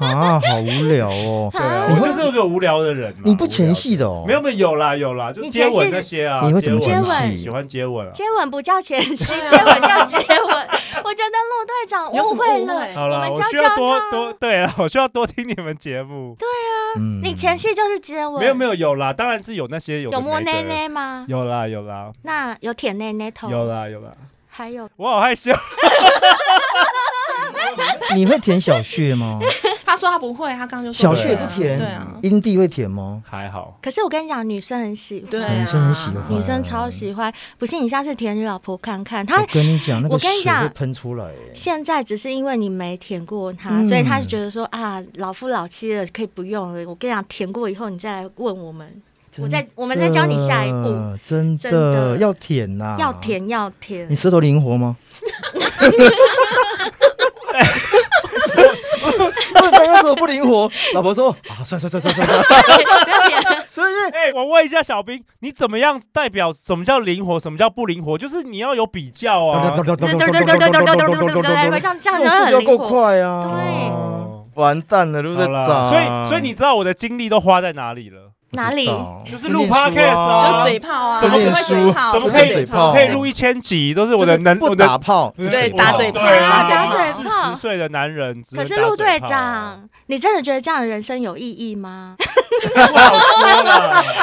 Speaker 3: 啊，好无聊哦。
Speaker 5: [LAUGHS] 对啊，
Speaker 3: 你
Speaker 5: 我
Speaker 3: 会
Speaker 5: 就是有个无聊的人啦。
Speaker 3: 你不前戏的哦
Speaker 5: 无聊的？没有没有有啦有啦，就
Speaker 2: 你
Speaker 5: 接
Speaker 2: 前戏
Speaker 5: 吻那些啊。
Speaker 3: 你会怎么
Speaker 5: 接
Speaker 3: 前
Speaker 5: 吻
Speaker 3: 戏？
Speaker 5: 喜欢接吻
Speaker 2: [LAUGHS]
Speaker 5: 啊？
Speaker 2: 接吻不叫前戏， [LAUGHS] 接吻叫接吻。我觉得陆队长
Speaker 4: 有什
Speaker 2: 误
Speaker 4: 么
Speaker 2: 会
Speaker 4: 误
Speaker 2: 了
Speaker 4: 会，
Speaker 5: 好啦，
Speaker 2: 们
Speaker 5: 我
Speaker 2: 教
Speaker 5: 需
Speaker 2: 教
Speaker 5: 要多多嗯
Speaker 2: 他。
Speaker 5: 对啊 [LAUGHS] 了，我需要多听你们节目。
Speaker 3: 嗯
Speaker 2: 你前戏就是接吻，
Speaker 5: 没有没
Speaker 2: 有，
Speaker 5: 有有啦，当然是有那些有的
Speaker 2: 有摸啊
Speaker 5: 没的
Speaker 2: 内内吗？
Speaker 5: 有啦有啦
Speaker 2: 那有舔内内头，
Speaker 5: 有啦有啦，
Speaker 2: 还有
Speaker 5: 我好害羞。
Speaker 3: 你会舔小穴
Speaker 4: [LAUGHS]
Speaker 3: 吗？
Speaker 4: 他说他不会，他刚刚就
Speaker 3: 小
Speaker 4: 说
Speaker 5: 穴
Speaker 3: 穴
Speaker 4: 对
Speaker 3: 不
Speaker 4: 啊
Speaker 3: 舔
Speaker 4: 对啊，，
Speaker 3: 阴蒂会舔吗？
Speaker 5: 还好，
Speaker 2: 可是我跟你讲，女生很喜欢，
Speaker 4: 对啊，
Speaker 3: 女生很喜欢，
Speaker 2: 女生超。喜欢。不信你下次舔你老婆看看，她
Speaker 3: 我跟你讲，那
Speaker 2: 我
Speaker 3: 个
Speaker 2: 跟你
Speaker 3: 水
Speaker 2: 讲
Speaker 3: 会喷出来耶。
Speaker 2: 现在只是因为你没舔过她，
Speaker 3: 嗯
Speaker 2: 所以她就觉得说啊，老夫老妻了，可以不用了。我跟你讲，舔过以后你再来问我们，我再我们再教你下一步，
Speaker 3: 真
Speaker 2: 真
Speaker 3: 的
Speaker 2: 的
Speaker 3: 要舔呐，
Speaker 2: 要。舔要舔
Speaker 3: 你。舌头灵活吗？我刚刚说不灵活，老婆说啊，算算算算算算，
Speaker 2: 不要舔了
Speaker 3: 所以
Speaker 5: [LAUGHS] 哎、我问一下小兵，你怎么样代表什么叫灵活，什么叫不灵活？就是你要有比较啊。
Speaker 2: 对对对对对对对对对对，这样这样
Speaker 3: 做
Speaker 2: 就
Speaker 3: 事
Speaker 2: 很
Speaker 3: 要
Speaker 2: 灵
Speaker 3: 够
Speaker 2: 活。
Speaker 3: 快啊！
Speaker 2: 对
Speaker 5: 哦
Speaker 3: 完蛋了，对不对
Speaker 5: 好？啦，所
Speaker 3: 嗯
Speaker 5: 以所以你知道我的精力都花在哪里了？
Speaker 2: 哪里
Speaker 5: 就是录 podcast 啊
Speaker 4: 就嘴炮啊，
Speaker 5: 怎么
Speaker 4: 会
Speaker 5: 可以
Speaker 4: 嘴炮？
Speaker 5: 怎么
Speaker 3: 不
Speaker 5: 可
Speaker 3: 是
Speaker 5: 以
Speaker 3: 嘴
Speaker 4: 嘴
Speaker 3: 炮
Speaker 4: 炮？
Speaker 5: 可以录一千集，都是我的能
Speaker 3: 不
Speaker 5: 我的
Speaker 3: 打炮，
Speaker 4: 对
Speaker 5: 我
Speaker 4: 打嘴炮
Speaker 5: 对啊
Speaker 2: 打嘴炮
Speaker 5: 四十岁的男人，只
Speaker 2: 可
Speaker 5: 能
Speaker 2: 是
Speaker 5: 打
Speaker 2: 陆队
Speaker 5: 嘴炮啊，
Speaker 2: 长，你真的觉得这样的人生有意义吗？
Speaker 5: 不好说了。 [LAUGHS]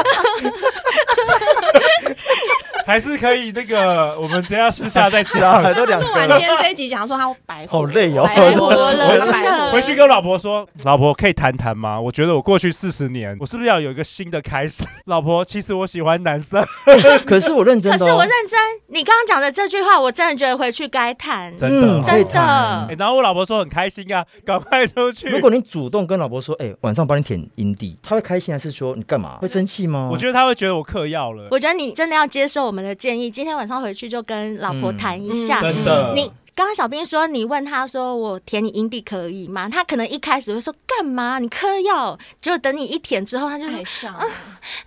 Speaker 5: 还是可以那个，我们等一下私下再
Speaker 3: 小 [LAUGHS]
Speaker 5: 讲。
Speaker 3: 孩都两
Speaker 4: 录
Speaker 3: 个
Speaker 4: 完
Speaker 3: 了
Speaker 4: 今，天这一集，讲说他白活
Speaker 3: 好累哦
Speaker 4: 白活
Speaker 5: [LAUGHS]
Speaker 2: 白活了
Speaker 4: 白
Speaker 2: 真的
Speaker 4: 活
Speaker 5: 回去跟老婆说，老婆可以谈谈吗？我觉得我过去四十年，我是不是要有一个新的开始？ [LAUGHS] 老婆，其实我喜欢男生，
Speaker 3: [LAUGHS] 可是我认真
Speaker 2: 可是
Speaker 3: 的哦，
Speaker 2: 我认真，你刚刚讲的这句话，我真的觉得回去该谈。
Speaker 5: 真的
Speaker 3: 嗯
Speaker 2: 真
Speaker 3: 可以
Speaker 2: 的
Speaker 3: 谈
Speaker 5: 欸然后我老婆说很开心啊，赶快出去。
Speaker 3: 如果你主动跟老婆说，哎，晚上帮你舔阴蒂，她会开心还是说你干嘛？会生气吗？
Speaker 5: 我觉得她会觉得我嗑药了，
Speaker 2: 我觉得你真的要接受我们的建议，今天晚上回去就跟老婆谈
Speaker 4: 嗯
Speaker 2: 一下。
Speaker 5: 真的。
Speaker 2: 你刚刚小兵说，你问他说我舔你阴蒂可以吗？他可能一开始会说干嘛？你嗑药？结果等你一舔之后，他就说
Speaker 4: 爱
Speaker 5: [LAUGHS]
Speaker 4: 上了，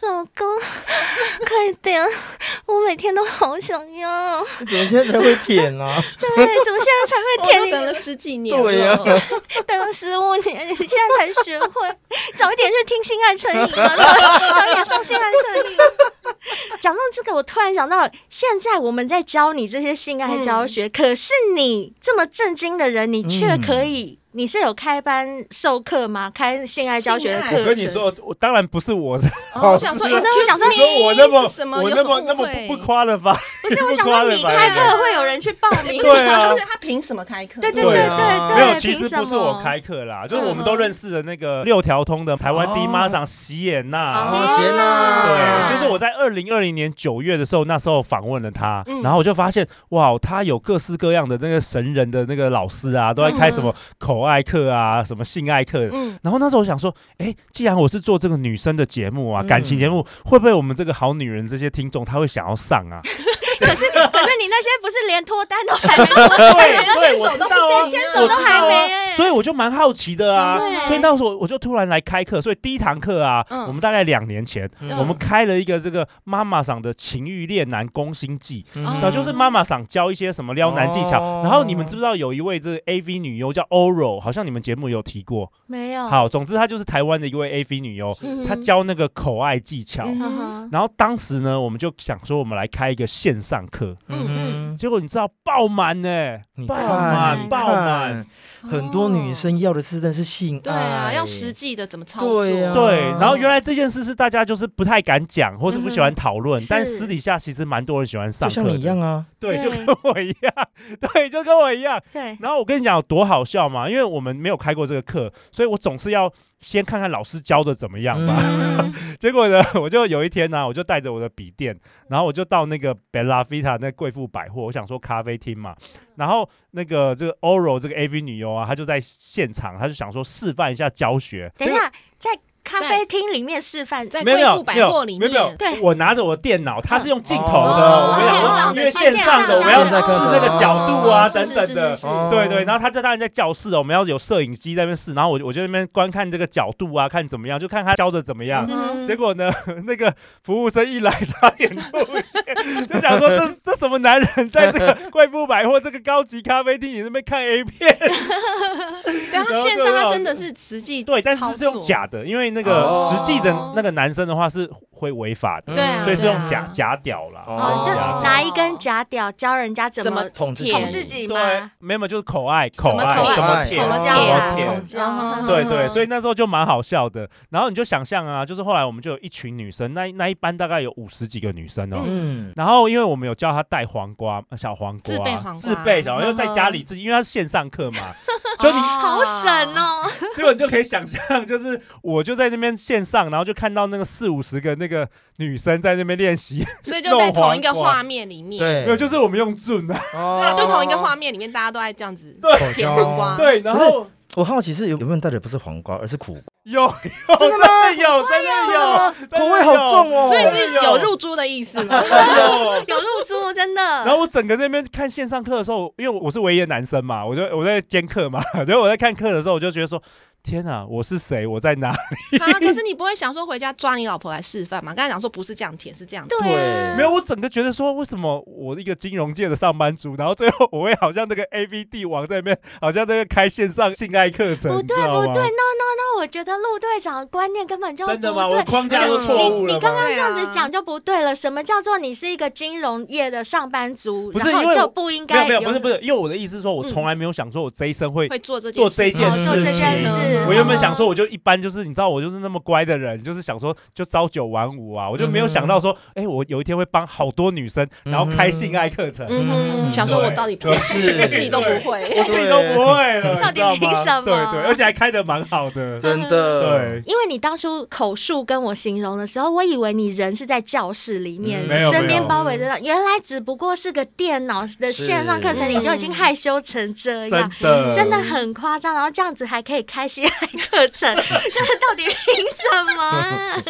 Speaker 2: 老公，快点，我每天都好想要。
Speaker 3: 你怎么现在才会舔啊？
Speaker 4: [LAUGHS]
Speaker 2: 对，怎么现在才会
Speaker 4: 我
Speaker 2: 舔
Speaker 4: 都等
Speaker 2: 你？
Speaker 4: 了十几年
Speaker 3: 对呀
Speaker 4: 了，
Speaker 2: 等了十五年，你现在才学会，早一点去听性爱成瘾嘛，早早一点上性爱成瘾。讲到这个，我突然想到，现在我们在教你这些性爱教学，可是你这么正经的人，你却可以，你是有开班授课吗？开性爱教学的
Speaker 4: 性
Speaker 5: 我
Speaker 4: 爱
Speaker 2: 课？
Speaker 5: 跟你说，我当然不是我， [LAUGHS] 是
Speaker 4: 哦我想说，
Speaker 2: 你是不是想说
Speaker 5: 你说我那么
Speaker 4: 是什么
Speaker 5: 我
Speaker 4: 有
Speaker 5: 那
Speaker 4: 什么
Speaker 5: 么那么
Speaker 4: 误会
Speaker 5: 不不夸了吧？
Speaker 2: 不是，我
Speaker 5: 不
Speaker 2: 想
Speaker 5: 夸
Speaker 2: 说
Speaker 5: 了
Speaker 2: 你
Speaker 5: 吧
Speaker 2: 开课会有人去报名吗？
Speaker 5: 对啊
Speaker 4: 不是他凭什么开课？
Speaker 2: 对对
Speaker 5: 对
Speaker 2: 对
Speaker 3: 啊
Speaker 2: 对，
Speaker 5: 没有，其
Speaker 2: 凭
Speaker 5: 实
Speaker 2: 什
Speaker 5: 不是我
Speaker 2: 么
Speaker 5: 开课啦，就是我们都认识的那个六条通的台湾
Speaker 3: 哦
Speaker 5: 第一妈长席眼
Speaker 3: 好
Speaker 5: 娜。
Speaker 2: 哦
Speaker 3: 闲啊！
Speaker 5: 对，就是我在二零二零年九月的时候，那时候访问了她，
Speaker 4: 嗯
Speaker 5: 然后我就发现，哇，她有各式各样的那个神人的那个老师啊，都在开什么口爱课啊，什么性爱课，
Speaker 4: 嗯，
Speaker 5: 然后那时候我想说，哎，既然我是做这个女生的节目啊，
Speaker 3: 嗯
Speaker 5: 感情节目，会不会我们这个好女人这些听众他会想要上啊？
Speaker 2: 可是可是你那些不是连脱单都还没脱
Speaker 5: 对
Speaker 2: 单，连
Speaker 5: 对，
Speaker 4: 牵
Speaker 5: 我
Speaker 4: 手
Speaker 5: 知
Speaker 4: 都
Speaker 5: 道
Speaker 4: 不
Speaker 5: 啊，
Speaker 4: 行
Speaker 2: 牵
Speaker 5: 我
Speaker 2: 手都
Speaker 5: 知
Speaker 2: 还
Speaker 5: 道啊
Speaker 2: 没哎、
Speaker 5: 所以我就蛮好奇的啊
Speaker 2: 对，
Speaker 5: 所以那时候我就突然来开课，所以第一堂课啊，
Speaker 4: 嗯
Speaker 5: 我们大概两年前，
Speaker 4: 嗯
Speaker 5: 我们开了一个这个妈妈桑的情欲恋男攻心计，
Speaker 4: 嗯
Speaker 5: 那就是妈妈桑教一些什么撩男技巧。
Speaker 3: 哦
Speaker 5: 然后你们知不知道有一位这个 AV 女优叫 Oro，好像你们节目有提过。
Speaker 2: 没有，
Speaker 5: 好，总之她就是台湾的一位 AV 女优，
Speaker 2: 嗯哼，
Speaker 5: 她教那个口爱技巧。
Speaker 4: 嗯
Speaker 2: 嗯哼
Speaker 5: 然后当时呢，我们就想说我们来开一个线上课，
Speaker 3: 嗯，
Speaker 5: 结果你知道爆满呢、
Speaker 3: 你
Speaker 5: 爆
Speaker 3: 看，
Speaker 5: 满
Speaker 3: 嗯你
Speaker 5: 爆满。
Speaker 3: 看，很多女生要的是但是性爱，
Speaker 4: 嗯对啊，要实际的怎么操作？
Speaker 3: 对啊
Speaker 5: 哎对，然后原来这件事是大家就是不太敢讲，或是不喜欢讨论，
Speaker 2: 嗯
Speaker 5: 但
Speaker 2: 是
Speaker 5: 私底下其实蛮多人喜欢上
Speaker 3: 就
Speaker 5: 课，
Speaker 3: 像你一样，啊，
Speaker 5: 对，就
Speaker 2: 对
Speaker 5: 跟我一样， [LAUGHS] 对，就跟我一样。
Speaker 2: 对，
Speaker 5: 然后我跟你讲有多好笑嘛，因为我们没有开过这个课，所以我总是要先看看老师教的怎么样吧。
Speaker 2: 嗯
Speaker 5: 结果呢， [LAUGHS] 我就有一天呢、我就带着我的笔电，然后我就到那个 Bella Vita 那贵妇百货，我想说咖啡厅嘛，
Speaker 4: 嗯
Speaker 5: 然后那个这个 Oro 这个 AV 女优啊，她就在现场，她就想说示范一下教学。
Speaker 2: [LAUGHS] 等一
Speaker 5: 结果
Speaker 2: 下，在咖啡厅里面示范，
Speaker 4: 在
Speaker 5: 没有
Speaker 4: 贵
Speaker 5: 没有
Speaker 4: 妇百货里面，
Speaker 5: 没有没有
Speaker 2: 对
Speaker 5: 我拿着我电脑，它是用镜头
Speaker 3: 哦
Speaker 5: 的，我跟你
Speaker 4: 线
Speaker 5: 讲
Speaker 4: 上
Speaker 5: 因
Speaker 4: 的
Speaker 5: 为
Speaker 4: 线
Speaker 5: 线上的
Speaker 4: 上
Speaker 5: 我们要
Speaker 4: 的
Speaker 5: 试那个角度啊
Speaker 4: 是
Speaker 5: 等
Speaker 4: 是
Speaker 5: 等的
Speaker 4: 是。是
Speaker 3: 哦
Speaker 5: 对对，然后他这当然在教室哦，我们要有摄影机在那边试，然后我就我就在那边观看这个角度啊，看怎么样，就看他教的怎么样。
Speaker 2: 嗯
Speaker 5: 结果呢， [LAUGHS] 那个服务生一来，他眼露馅，就想说这这什么男人在这个贵妇百货这个高级咖啡厅里那边看 A 片？
Speaker 4: 然后
Speaker 5: 然后
Speaker 4: 线
Speaker 5: 就
Speaker 4: 上它
Speaker 5: 让
Speaker 4: 真的是实际
Speaker 5: 哦
Speaker 4: 哦
Speaker 5: 对，但是
Speaker 4: 操
Speaker 5: 是用
Speaker 4: 作
Speaker 5: 假的，因为那
Speaker 3: 哦嗯
Speaker 5: 个实际的那个男生的话是会违法的，
Speaker 4: 对啊
Speaker 5: 所以是用
Speaker 4: 对啊
Speaker 5: 假假屌啦。
Speaker 3: 哦
Speaker 2: 哦，就
Speaker 5: 假
Speaker 2: 拿一根假屌教人家怎
Speaker 4: 怎
Speaker 2: 么
Speaker 4: 么
Speaker 3: 统治
Speaker 4: 舔
Speaker 2: 捅
Speaker 3: 自
Speaker 2: 自
Speaker 3: 己。
Speaker 2: 己
Speaker 5: 对
Speaker 2: 嘛，，
Speaker 5: 没有没有就是口爱，口
Speaker 4: 么
Speaker 5: 爱
Speaker 4: 口
Speaker 5: 怎么
Speaker 3: 爱
Speaker 5: 舔，
Speaker 2: 口
Speaker 3: 口
Speaker 2: 交啦，
Speaker 5: 怎么
Speaker 4: 舔
Speaker 2: 口
Speaker 5: 舔。
Speaker 2: 交，
Speaker 5: 对对，所
Speaker 4: 以
Speaker 5: 以那时候就蛮好笑的。然后你就想象啊，就是后来我们就有一群女生，那那一班大概有五十几个女生哦。
Speaker 3: 嗯，
Speaker 5: 然后因为我们有教她带黄瓜、呃小黄瓜、
Speaker 4: 自备黄瓜嗯
Speaker 5: 自备小黄瓜，
Speaker 4: 呵
Speaker 5: 就
Speaker 4: 呵
Speaker 5: 在家里自己，因为它是线上
Speaker 4: [LAUGHS]
Speaker 5: 课嘛，就你
Speaker 2: 好省哦，
Speaker 5: 结果你就可以想象，就是我就在那边线上，然后就看到那个四五十个那个女生在那边练习，
Speaker 4: 所以就在同一个
Speaker 5: 弄黄瓜
Speaker 4: 画面里面，
Speaker 3: 对，
Speaker 5: 没有，就是我们用 Zoom 啊，
Speaker 3: 哦
Speaker 4: 就同一个画面里面，大家都在这样子
Speaker 5: 对
Speaker 4: 舔黄瓜，
Speaker 2: 哦
Speaker 5: 对，然后
Speaker 3: 我好奇是有有没有带的不是黄瓜，而是苦瓜，
Speaker 5: 有有真的有真的有，真的
Speaker 3: 口味好重哦
Speaker 4: 所以是有入珠的意思吗？
Speaker 5: 有。
Speaker 2: [LAUGHS] 有露珠真
Speaker 5: 然
Speaker 2: 的。
Speaker 5: 后我整个那边看线上课的时候，因为我是唯一的男生嘛，我就我在兼课嘛， [LAUGHS] 然后我在看课的时候，我就觉得说，天啊，我是谁？我在哪？
Speaker 4: 啊，可是你不会想说回家抓你老婆来示范吗？刚才讲说不是这样舔，是这样舔。
Speaker 2: 对啊，
Speaker 5: 没有，我整个觉得说，为什么我一个金融界的上班族，然后最后我会好像这个 A V 帝王在那边，好像在那边开线上性爱课程，
Speaker 2: 不
Speaker 5: 你
Speaker 2: 对
Speaker 5: 知道
Speaker 2: 不
Speaker 5: 吗
Speaker 2: 对，no no no，我觉得陆队长的观念根本就不
Speaker 5: 真的吗？我
Speaker 2: 对
Speaker 5: 的。框架都错误
Speaker 2: 你
Speaker 5: 了
Speaker 2: 你刚
Speaker 5: 吗？
Speaker 2: 刚这样子讲就不对了。什么叫做你是一个金融业的上班族，
Speaker 5: 不是
Speaker 2: 然
Speaker 5: 因
Speaker 2: 后
Speaker 5: 为
Speaker 2: 就
Speaker 5: 我
Speaker 2: 不应
Speaker 5: 没有
Speaker 2: 该
Speaker 5: 没有，不是不
Speaker 2: 是
Speaker 5: 是，因为我的意思是说，我从来没有想说我这一生会。
Speaker 4: 会做这件
Speaker 5: 做这件
Speaker 4: 事情
Speaker 5: 事情，
Speaker 2: 哦做这件事
Speaker 5: 我原本想说，我就一般，就是你知道，我就是那么乖的人，就是想说就朝九晚五啊，我就没有想到说，哎，我有一天会帮好多女生，然后开性爱课程，
Speaker 4: 嗯哼，想说我到底
Speaker 5: 对
Speaker 3: 是
Speaker 4: [LAUGHS] 我自己都不会
Speaker 5: 我。自己都不会了，
Speaker 2: [LAUGHS] 到底
Speaker 5: 你知道吗
Speaker 2: 凭什么
Speaker 5: 对对，而且还开的蛮好的，
Speaker 3: 真的，
Speaker 5: 对。
Speaker 2: 因为你当初口述跟我形容的时候，我以为你人是在教室里面，
Speaker 3: 嗯没
Speaker 5: 有
Speaker 2: 身
Speaker 5: 没
Speaker 2: 边
Speaker 5: 有
Speaker 2: 包围着，原来只不过是个电脑的线上课程，
Speaker 4: 是
Speaker 2: 你就已经害羞成这
Speaker 5: 真
Speaker 2: 样。
Speaker 5: 的，
Speaker 2: 真的很夸张，然后这样子还可以开心爱课
Speaker 5: [LAUGHS]
Speaker 2: 程，这到底凭什么 [LAUGHS] 啊、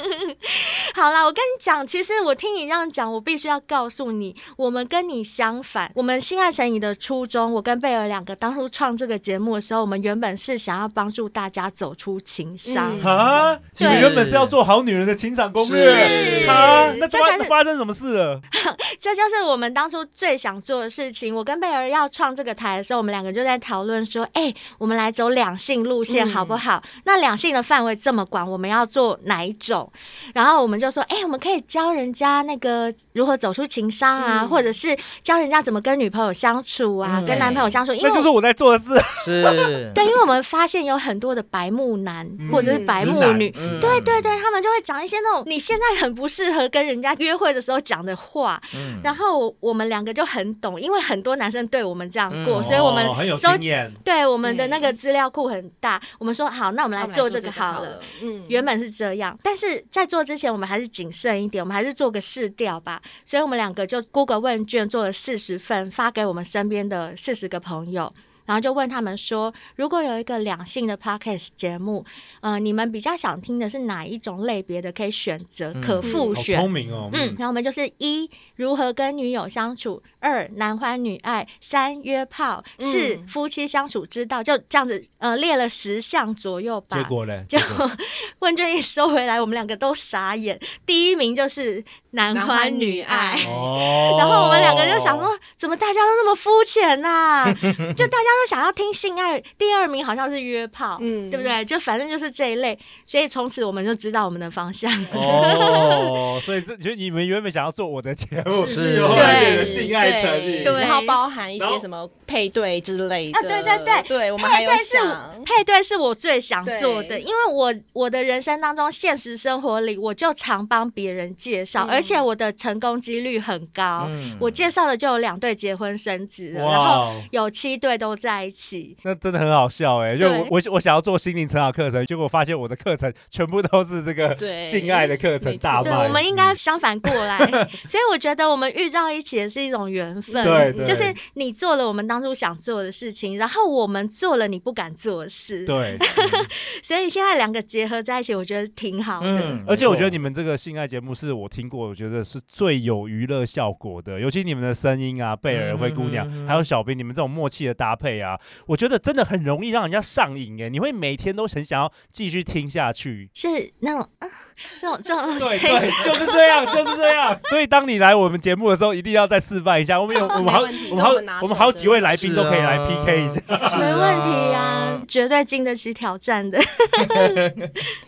Speaker 2: 好啦，我跟你讲，其实我听你这样讲，我必须要告诉你，我们跟你相反。我们心爱成瘾的初衷，我跟贝尔两个当初创这个节目的时候，我们原本是想要帮助大家走出情
Speaker 5: [LAUGHS]
Speaker 2: 伤。
Speaker 4: 嗯
Speaker 5: 啊！你
Speaker 3: 对
Speaker 5: 们原本是要做好女人的情场攻略
Speaker 3: 是
Speaker 5: 啊，那
Speaker 2: 这
Speaker 5: 发
Speaker 2: 才是
Speaker 5: 发生什么事了？
Speaker 2: 这就是我们当初最想做的事情。我跟贝儿要创这个台的时候，我们两个就在讨论说，哎、我们来走两性路线
Speaker 5: 嗯
Speaker 2: 好不好？那两性的范围这么广，我们要做哪一种？然后我们就说，哎、我们可以教人家那个如何走出情伤啊，
Speaker 4: 嗯
Speaker 2: 或者是教人家怎么跟女朋友相处啊，
Speaker 3: 嗯
Speaker 2: 跟男朋友相处，因为
Speaker 5: 那就是
Speaker 2: 我。
Speaker 5: 我在做的事。
Speaker 3: [LAUGHS] 是，
Speaker 2: 对，因为我们发现有很多的白目男 [LAUGHS] 或者是白目女，
Speaker 5: 嗯直
Speaker 3: 嗯
Speaker 5: 男
Speaker 2: 对对对，他们就会讲一些那种你现在很不适合跟人家约会的时候讲的话，
Speaker 3: 嗯
Speaker 2: 然后我们两个就很懂，因为很多男生对我们这样过，
Speaker 3: 嗯
Speaker 2: 所以我们
Speaker 5: 哦很有
Speaker 2: 收
Speaker 5: 经
Speaker 2: 集
Speaker 5: 验。
Speaker 2: 对我们的那个资料库很大。我们说好，那我们来
Speaker 4: 来
Speaker 2: 做
Speaker 4: 做
Speaker 2: 这个好了。
Speaker 4: 了，嗯
Speaker 2: 原本是这样，但是在做之前，我们还是谨慎一点，我们还是做个试调吧。所以我们两个就 Google 问卷做了四十份，发给我们身边的四十个朋友。然后就问他们说，如果有一个两性的 podcast 节目，呃，你们比较想听的是哪一种类别的，可以选择可复
Speaker 5: 嗯好
Speaker 2: 选。
Speaker 5: 聪明哦，
Speaker 2: 嗯，，然后我们就是一如何跟女友相处，二男欢女爱，三约炮，四
Speaker 4: 嗯
Speaker 2: 夫妻相处之道，就这样子，呃，列了十项左右吧。
Speaker 5: 结果嘞，
Speaker 2: 就
Speaker 5: 结
Speaker 2: [LAUGHS]
Speaker 5: 果
Speaker 2: 问卷一收回来，我们两个都傻眼，第一名就是男
Speaker 4: 男
Speaker 2: 欢
Speaker 4: 欢
Speaker 2: 女
Speaker 4: 女
Speaker 2: 爱
Speaker 4: 爱。
Speaker 5: 哦
Speaker 2: 然后我们两个就想说， [LAUGHS] 怎么大家都那么肤浅
Speaker 5: [LAUGHS]
Speaker 2: 呐？就大家都想要听性爱，第二名好像是约炮，
Speaker 4: 嗯
Speaker 2: 对不对？就反正就是这一类，所以从此我们就知道我们的方向。
Speaker 5: 哦，所以这就你们原本想要做我的节目， [LAUGHS]
Speaker 3: 是
Speaker 5: 就后来变成性爱成瘾，
Speaker 4: 对
Speaker 2: 对
Speaker 4: 然后包含一
Speaker 5: 然后
Speaker 4: 些什么配对之类的，
Speaker 2: 啊对对对
Speaker 4: 对我们还
Speaker 2: 配
Speaker 4: 有
Speaker 2: 对是我
Speaker 4: 想，
Speaker 2: 配对是我最想做的，
Speaker 4: 对
Speaker 2: 因为我我的人生当中，现实生活里我就常帮别人介绍，
Speaker 4: 嗯
Speaker 2: 而且我的成功几率很高。
Speaker 3: 嗯
Speaker 2: 我介绍的就有两对结婚生子了，然
Speaker 5: 哇
Speaker 2: 后
Speaker 5: 哦。
Speaker 2: 有七对都在一起。
Speaker 5: 那真的很好笑哎、就
Speaker 2: 对
Speaker 5: 我我我想要做心灵成长课程，结果发现我的课程全部都是这个
Speaker 4: 对
Speaker 5: 性爱的课程
Speaker 4: 没错
Speaker 5: 大
Speaker 4: 好
Speaker 5: 卖。
Speaker 2: 对，我们应
Speaker 5: 嗯
Speaker 2: 该相反过
Speaker 5: [LAUGHS]
Speaker 2: 来，所以我觉得我们遇到一起也是一种缘分。
Speaker 5: 对对
Speaker 2: 就是你做了我们当初想做的事情，然后我们做了你不敢做的事，
Speaker 5: 嗯对，
Speaker 2: 所以现在两个结合在一起，我觉得挺好的。
Speaker 3: 嗯
Speaker 5: 而且我觉得你
Speaker 3: 们
Speaker 5: 们这个性爱节目是我听过，我觉得是最有娱乐效果的，尤其你们的声音啊，贝尔、灰姑娘，
Speaker 3: 嗯嗯嗯
Speaker 5: 还有小兵，你们这种默契的搭配啊，我觉得真的很容易让人家上瘾哎，你会每天都很想要继续听下去。
Speaker 2: 是那种 [LAUGHS] 啊，那种这种
Speaker 5: 对
Speaker 2: 声音
Speaker 5: 对，
Speaker 4: [LAUGHS]
Speaker 5: 就是这样，就是这样。所以当你来我们节目的时候，一定要再示范一下。我
Speaker 4: [LAUGHS]
Speaker 5: 们有我们好
Speaker 4: 没问题
Speaker 5: 我们
Speaker 4: 这
Speaker 5: 好
Speaker 4: 我们拿手
Speaker 5: 我们好几位来宾
Speaker 3: 是
Speaker 5: 都可以
Speaker 3: 啊
Speaker 5: 来 PK 一下。 [LAUGHS]
Speaker 2: 没问题啊，绝对经得起挑战的。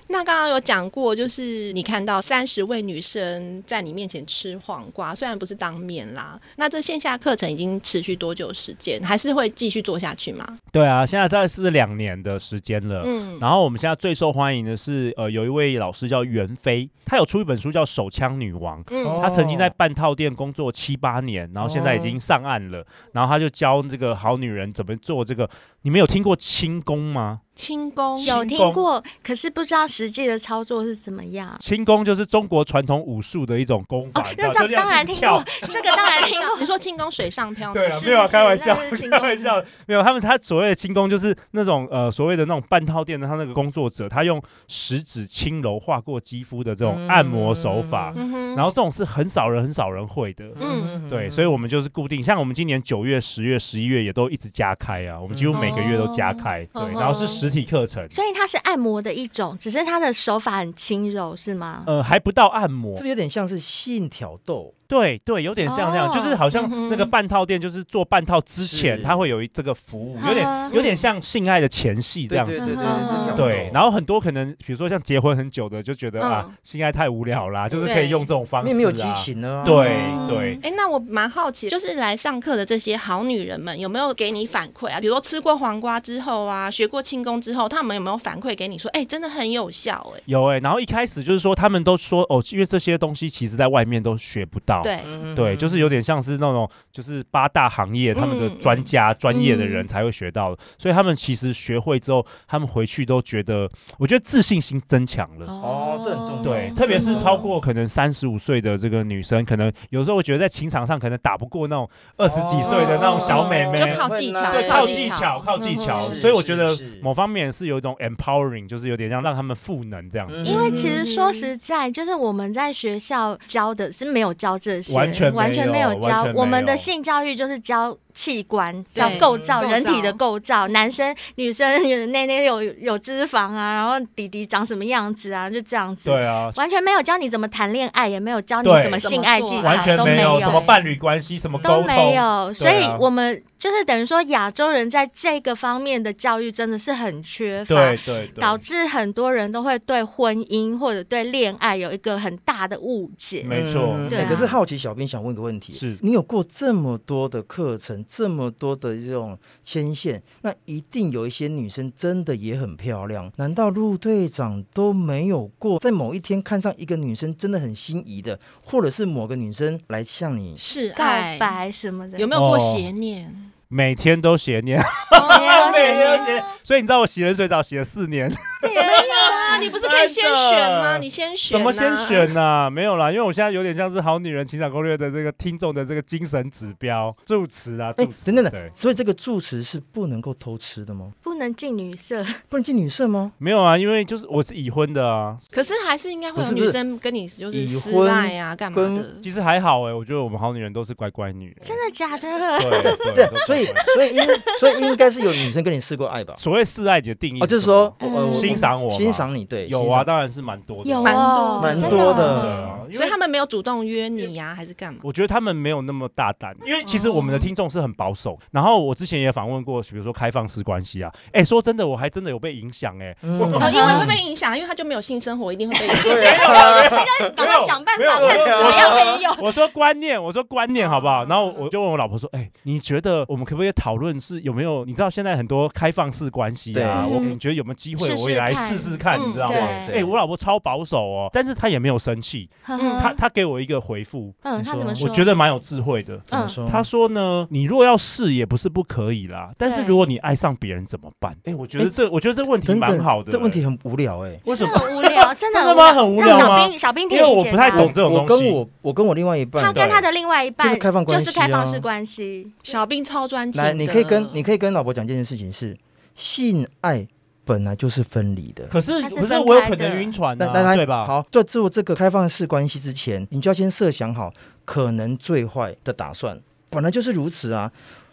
Speaker 4: 那刚刚有讲过，就是你看到三十位女生在你面前吃黄瓜，虽然不是当面啦，那这线下课程已经持续多久时间？还是会继续做下去吗？
Speaker 5: 对啊，现在在是不是两年的时间了？
Speaker 4: 嗯，
Speaker 5: 然后我们现在最受欢迎的是，呃，有一位老师叫袁飞，他有出一本书叫《手枪女王》，
Speaker 4: 嗯
Speaker 5: 他曾经在半套店工作七八年，然后现在已经上岸了，然后他就教这个好女人怎么做这个。你们有听过轻功吗？
Speaker 4: 轻功
Speaker 5: [LAUGHS] 轻
Speaker 2: 有
Speaker 5: 功
Speaker 2: 听过，可是不知道实际的操作是怎么样。
Speaker 5: 轻功就是中国传统武术的一种功法，
Speaker 2: 哦
Speaker 5: 你，知道
Speaker 2: 那这
Speaker 5: 就
Speaker 2: 样当然
Speaker 5: 一直
Speaker 2: 听
Speaker 5: 跳
Speaker 2: 过，这个当然听过。
Speaker 4: [LAUGHS] 你说轻功水上漂，
Speaker 5: 对啊，
Speaker 2: 是
Speaker 5: 没有啊
Speaker 2: 是
Speaker 5: 开玩
Speaker 2: 那
Speaker 5: 笑
Speaker 2: 是，轻
Speaker 5: 开
Speaker 2: 功
Speaker 5: 玩笑，没有。他们他所谓的轻功，就是那种呃所谓的那种半套店的他那个工作者，他用食指轻柔划过肌肤的
Speaker 2: 嗯
Speaker 5: 这种按摩手法，
Speaker 4: 嗯哼，
Speaker 5: 然后这种是很少人很少人会的。
Speaker 4: 嗯
Speaker 5: 对，所以我们就是固定，像我们今年九月、十月、十一月也都一直加开啊，我们几乎每个月都加开，
Speaker 4: 嗯
Speaker 5: 对，
Speaker 4: 哦
Speaker 5: 然后是实体课程，
Speaker 2: 所以它是按摩的一种，只是它的手法很轻柔，是吗？
Speaker 5: 呃，还不到按摩
Speaker 3: 是不，是有点像是性挑逗？
Speaker 5: 对对，有点像那样，
Speaker 2: 哦
Speaker 5: 就是好像
Speaker 4: 嗯哼
Speaker 5: 那个半套店，就是做半套之前，
Speaker 3: 是
Speaker 5: 它会有一这个服务，
Speaker 2: 嗯
Speaker 5: 有点有点像性爱的前戏这样
Speaker 3: 对
Speaker 5: 子。
Speaker 3: 对对
Speaker 2: 嗯
Speaker 3: 对
Speaker 5: 对，
Speaker 3: 然
Speaker 5: 然后很多可能，比如说像结婚很久的，就觉得啊
Speaker 4: 嗯，
Speaker 5: 性爱太无聊啦，就是可以
Speaker 4: 对
Speaker 5: 用这种方
Speaker 3: 后
Speaker 5: 式，
Speaker 3: 因为没有激，情了啊，
Speaker 5: 对
Speaker 2: 哦
Speaker 5: 对，
Speaker 4: 哎，那我蛮好奇，就是来上课的这些好女人们有没有给你反馈啊？比如说吃过黄瓜之后啊，学过轻功之后，他们有没有反馈给你说，哎，真的很有效哎、
Speaker 5: 有哎、然后一开始就是说，他们都说哦，因为这些东西其实在外面都学不到。
Speaker 4: 对，
Speaker 3: 嗯
Speaker 5: 对，就是有点像是那种就是八大行业他们的
Speaker 4: 嗯
Speaker 5: 专家、专业的人
Speaker 4: 嗯
Speaker 5: 才会学到的，所以他们其实学会之后，他们回去都觉得，我觉得自信心增强了。
Speaker 3: 哦这很重要
Speaker 5: 对，
Speaker 3: 哦
Speaker 5: 特别是
Speaker 3: 真的
Speaker 5: 超过可能三十五岁的这个女生，可能有时候我觉得在情场上可能打不过那种二十几岁的那种小美眉，
Speaker 4: 哦就靠技巧
Speaker 5: 对，
Speaker 4: 靠
Speaker 5: 靠
Speaker 4: 技
Speaker 5: 技
Speaker 4: 巧嗯
Speaker 5: 巧，靠技巧，
Speaker 3: 是
Speaker 5: 所以我觉得
Speaker 3: 是是
Speaker 5: 某方面是有一种 empowering，就是有点像让他们赋能这样子。
Speaker 3: 嗯
Speaker 2: 因为其实说实在，就是我们在学校教的是没有教这些，
Speaker 5: 完全没有
Speaker 2: 完全没有教
Speaker 5: 完全没有
Speaker 2: 我们的性教育就是教器官，
Speaker 4: 对
Speaker 2: 叫构造，
Speaker 4: 构造
Speaker 2: 人体的构造，男生女生有内内有有脂肪啊，然后弟弟长什么样子啊，就这样子。
Speaker 5: 对啊，
Speaker 2: 完全没有教你怎么谈恋爱，也没有教你
Speaker 5: 对
Speaker 2: 什么性爱技
Speaker 4: 怎么做啊
Speaker 5: 完
Speaker 2: 巧，
Speaker 5: 全
Speaker 2: 都
Speaker 5: 没
Speaker 2: 有
Speaker 5: 有，什么伴侣关系，什么沟
Speaker 2: 都没
Speaker 5: 通。
Speaker 2: 有，所以
Speaker 5: 对啊
Speaker 2: 我们就是等于说亚洲人在这个方面的教育真的是很缺乏，
Speaker 5: 对对对，
Speaker 2: 导致很多人都会对婚姻或者对恋爱有一个很大的误解。
Speaker 5: 没错
Speaker 3: 嗯，
Speaker 2: 对
Speaker 3: 哎
Speaker 2: 啊
Speaker 3: 可是好奇小编想问个问题，啊
Speaker 5: 是
Speaker 3: 你有过这么多的课程，这么多的这种牵线，那一定有一些女生真的也很漂亮。难道陆队长都没有过在某一天看上一个女生真的很心仪的，或者是某个女生来向你？
Speaker 4: 是
Speaker 2: 告
Speaker 4: 爱，
Speaker 2: 白什么的，
Speaker 4: 有没有过邪念？
Speaker 5: 每天都写念，
Speaker 2: 哦
Speaker 5: 每天都写， [LAUGHS] 所以你知道我洗冷水澡洗了四年，
Speaker 4: 没有啊，你不是可以先选吗？你先选、
Speaker 5: 怎
Speaker 4: 啊，
Speaker 5: 么先？选呢、没有啦，因为我现在有点像是《好女人情场攻略》的这个听众的这个精神指标助词啊，
Speaker 3: 哎
Speaker 5: 助，词
Speaker 3: 等等
Speaker 5: 对
Speaker 3: 等，所以这个住持是不能够偷吃的吗？
Speaker 2: 不能进女色，
Speaker 3: 不能进女舍吗？
Speaker 5: 没有啊，因为就是我是已婚的啊，
Speaker 4: 可是还是应该
Speaker 3: 不
Speaker 4: 会有
Speaker 3: 是不
Speaker 4: 女
Speaker 3: 是
Speaker 4: 生跟你就是
Speaker 3: 已
Speaker 4: 私
Speaker 3: 婚
Speaker 4: 爱啊，干嘛的
Speaker 3: 跟？
Speaker 5: 其实还好哎、我觉得我们好女人都是乖乖女、
Speaker 2: 真的假的？
Speaker 5: 对对
Speaker 3: [LAUGHS] 对
Speaker 5: 都，
Speaker 3: 所以
Speaker 5: 乖
Speaker 3: 所
Speaker 5: 乖女
Speaker 3: 以应所以应该是有女生跟你试过爱
Speaker 5: [LAUGHS]
Speaker 3: 吧？
Speaker 5: 所谓示爱你的定义
Speaker 3: 哦，就是
Speaker 5: 什么
Speaker 3: 说，
Speaker 2: 嗯
Speaker 3: 我我
Speaker 5: 欣赏我嘛
Speaker 3: 欣赏你，对，
Speaker 5: 有
Speaker 3: 欣
Speaker 5: 啊，
Speaker 3: 赏，
Speaker 5: 当然是蛮多的，
Speaker 2: 有
Speaker 3: 啊
Speaker 4: 蛮多
Speaker 2: 哦，
Speaker 3: 蛮
Speaker 2: 真
Speaker 3: 多
Speaker 5: 对
Speaker 3: 的
Speaker 5: 啊，因
Speaker 4: 所
Speaker 5: 为
Speaker 4: 以他们没有主动约你呀、还是干嘛？
Speaker 5: 我觉得他们没有那么大胆，因为其实我们的听众是很保守。然后我之前也访问过，比如说开放式关系啊，哎、说真的，我还真的有被影响哎、
Speaker 3: 嗯
Speaker 5: 我
Speaker 4: 哦，因为会被影响，因为他就没有性生活，一定会被影响。
Speaker 3: 对啊，
Speaker 2: 赶快想办
Speaker 5: 没有
Speaker 2: 法
Speaker 5: 我
Speaker 2: 看怎么样没有。
Speaker 5: 我说观念，我说观念好不好？然后我就问我老婆说，哎、你觉得我们可不可以讨论是有没有？你知道现在很多开放式关系啊，
Speaker 2: 对
Speaker 5: 我你觉得有没有机会
Speaker 2: 试试
Speaker 5: 我也来
Speaker 2: 看
Speaker 5: 试试看，
Speaker 4: 嗯
Speaker 5: 你知道吗？
Speaker 2: 对
Speaker 5: 哎、我老婆超保守哦，但是她也没有生气，
Speaker 4: 嗯
Speaker 5: 她她给我一个回复，
Speaker 2: 嗯，
Speaker 3: 你
Speaker 2: 他
Speaker 3: 说
Speaker 2: 怎么
Speaker 5: 我觉得蛮有智慧的。
Speaker 3: 怎么
Speaker 2: 嗯
Speaker 3: 说？
Speaker 5: 他说呢，你若要试也不是不可以啦，但是
Speaker 2: 对
Speaker 5: 如果你爱上别人怎么办？哎，我觉得
Speaker 3: 哎
Speaker 5: 这我觉得这问题
Speaker 3: 等
Speaker 5: 蛮
Speaker 3: 等，
Speaker 5: 好的，欸
Speaker 3: 这问题很无聊哎。
Speaker 5: 为什
Speaker 2: 这
Speaker 5: 么？
Speaker 2: [LAUGHS] 很无聊，
Speaker 5: [LAUGHS]
Speaker 2: 真的
Speaker 5: 真的吗很无
Speaker 2: 让
Speaker 5: 聊吗
Speaker 2: 小兵，小兵替
Speaker 5: 因为
Speaker 2: 你
Speaker 5: 我
Speaker 2: 解
Speaker 5: 不太
Speaker 2: 答
Speaker 5: 懂这种
Speaker 3: 我
Speaker 5: 东
Speaker 3: 跟
Speaker 5: 西
Speaker 3: 我我跟我另外一
Speaker 2: 他
Speaker 3: 半，
Speaker 2: 跟他的另外一半
Speaker 3: 就是开放关系
Speaker 2: 就
Speaker 3: 啊
Speaker 2: 是开放式关系，
Speaker 4: 小兵超专情的，
Speaker 3: 来，你可以跟你可以跟老婆讲这件事情是，性爱本来就是分离的。
Speaker 5: 可是
Speaker 2: 它是
Speaker 5: 可是
Speaker 2: 分
Speaker 5: 我有
Speaker 2: 开
Speaker 5: 可能
Speaker 2: 的
Speaker 5: 晕船
Speaker 3: 那那那
Speaker 5: 啊，对吧？
Speaker 3: 好，在做这个开放式关系之前，你就要先设想好可能最坏的打算，本来就是如此啊。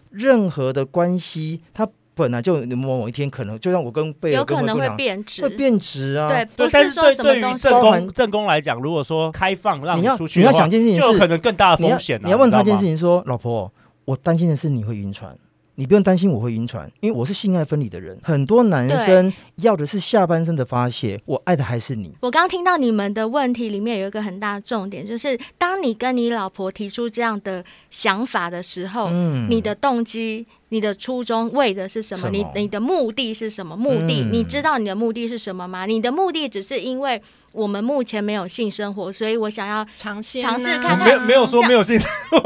Speaker 3: 任何的关系，它本来就某某一天可能，就像我跟贝尔
Speaker 2: 有
Speaker 3: 跟
Speaker 2: 可
Speaker 3: 我
Speaker 2: 能
Speaker 3: 姑
Speaker 2: 会
Speaker 3: 娘
Speaker 2: 变质
Speaker 3: 会，变质啊。
Speaker 2: 对，
Speaker 5: 对
Speaker 2: 不，
Speaker 5: 但
Speaker 2: 是
Speaker 5: 是
Speaker 2: 说
Speaker 5: 对
Speaker 2: 什么
Speaker 5: 对
Speaker 2: 东
Speaker 5: 于
Speaker 2: 西
Speaker 5: 正
Speaker 3: 包含
Speaker 5: 宫正宫来讲，如果说开放让
Speaker 3: 你要
Speaker 5: 出去
Speaker 3: 你
Speaker 5: 的
Speaker 3: 要
Speaker 5: 话
Speaker 3: 想这件事情
Speaker 5: 就有
Speaker 3: 是
Speaker 5: 可能更大的
Speaker 3: 你要
Speaker 5: 风险啊。
Speaker 3: 你要问他一
Speaker 5: 知
Speaker 3: 件
Speaker 5: 道吗
Speaker 3: 事情说，老婆，我担心的是你会晕船。你不用担心我会晕船，因为我是性爱分离的人。很多男
Speaker 2: 对
Speaker 3: 生要的是下半身的发泄，我爱的还是你。
Speaker 2: 我刚刚听到你们的问题里面有一个很大的重点，就是当你跟你老婆提出这样的想法的时候，
Speaker 3: 嗯
Speaker 2: 你的动机、你的初衷为的是什么？
Speaker 3: 什么
Speaker 2: 你你的目的是什么？目的、
Speaker 3: 嗯
Speaker 2: 你知道你的目的是什么吗？你的目的只是因为我们目前没有性生活，所以我想要
Speaker 4: 尝鲜、啊
Speaker 2: 尝试看看
Speaker 5: 没有没有说
Speaker 2: 这样
Speaker 5: 没有信心， [LAUGHS]
Speaker 3: 没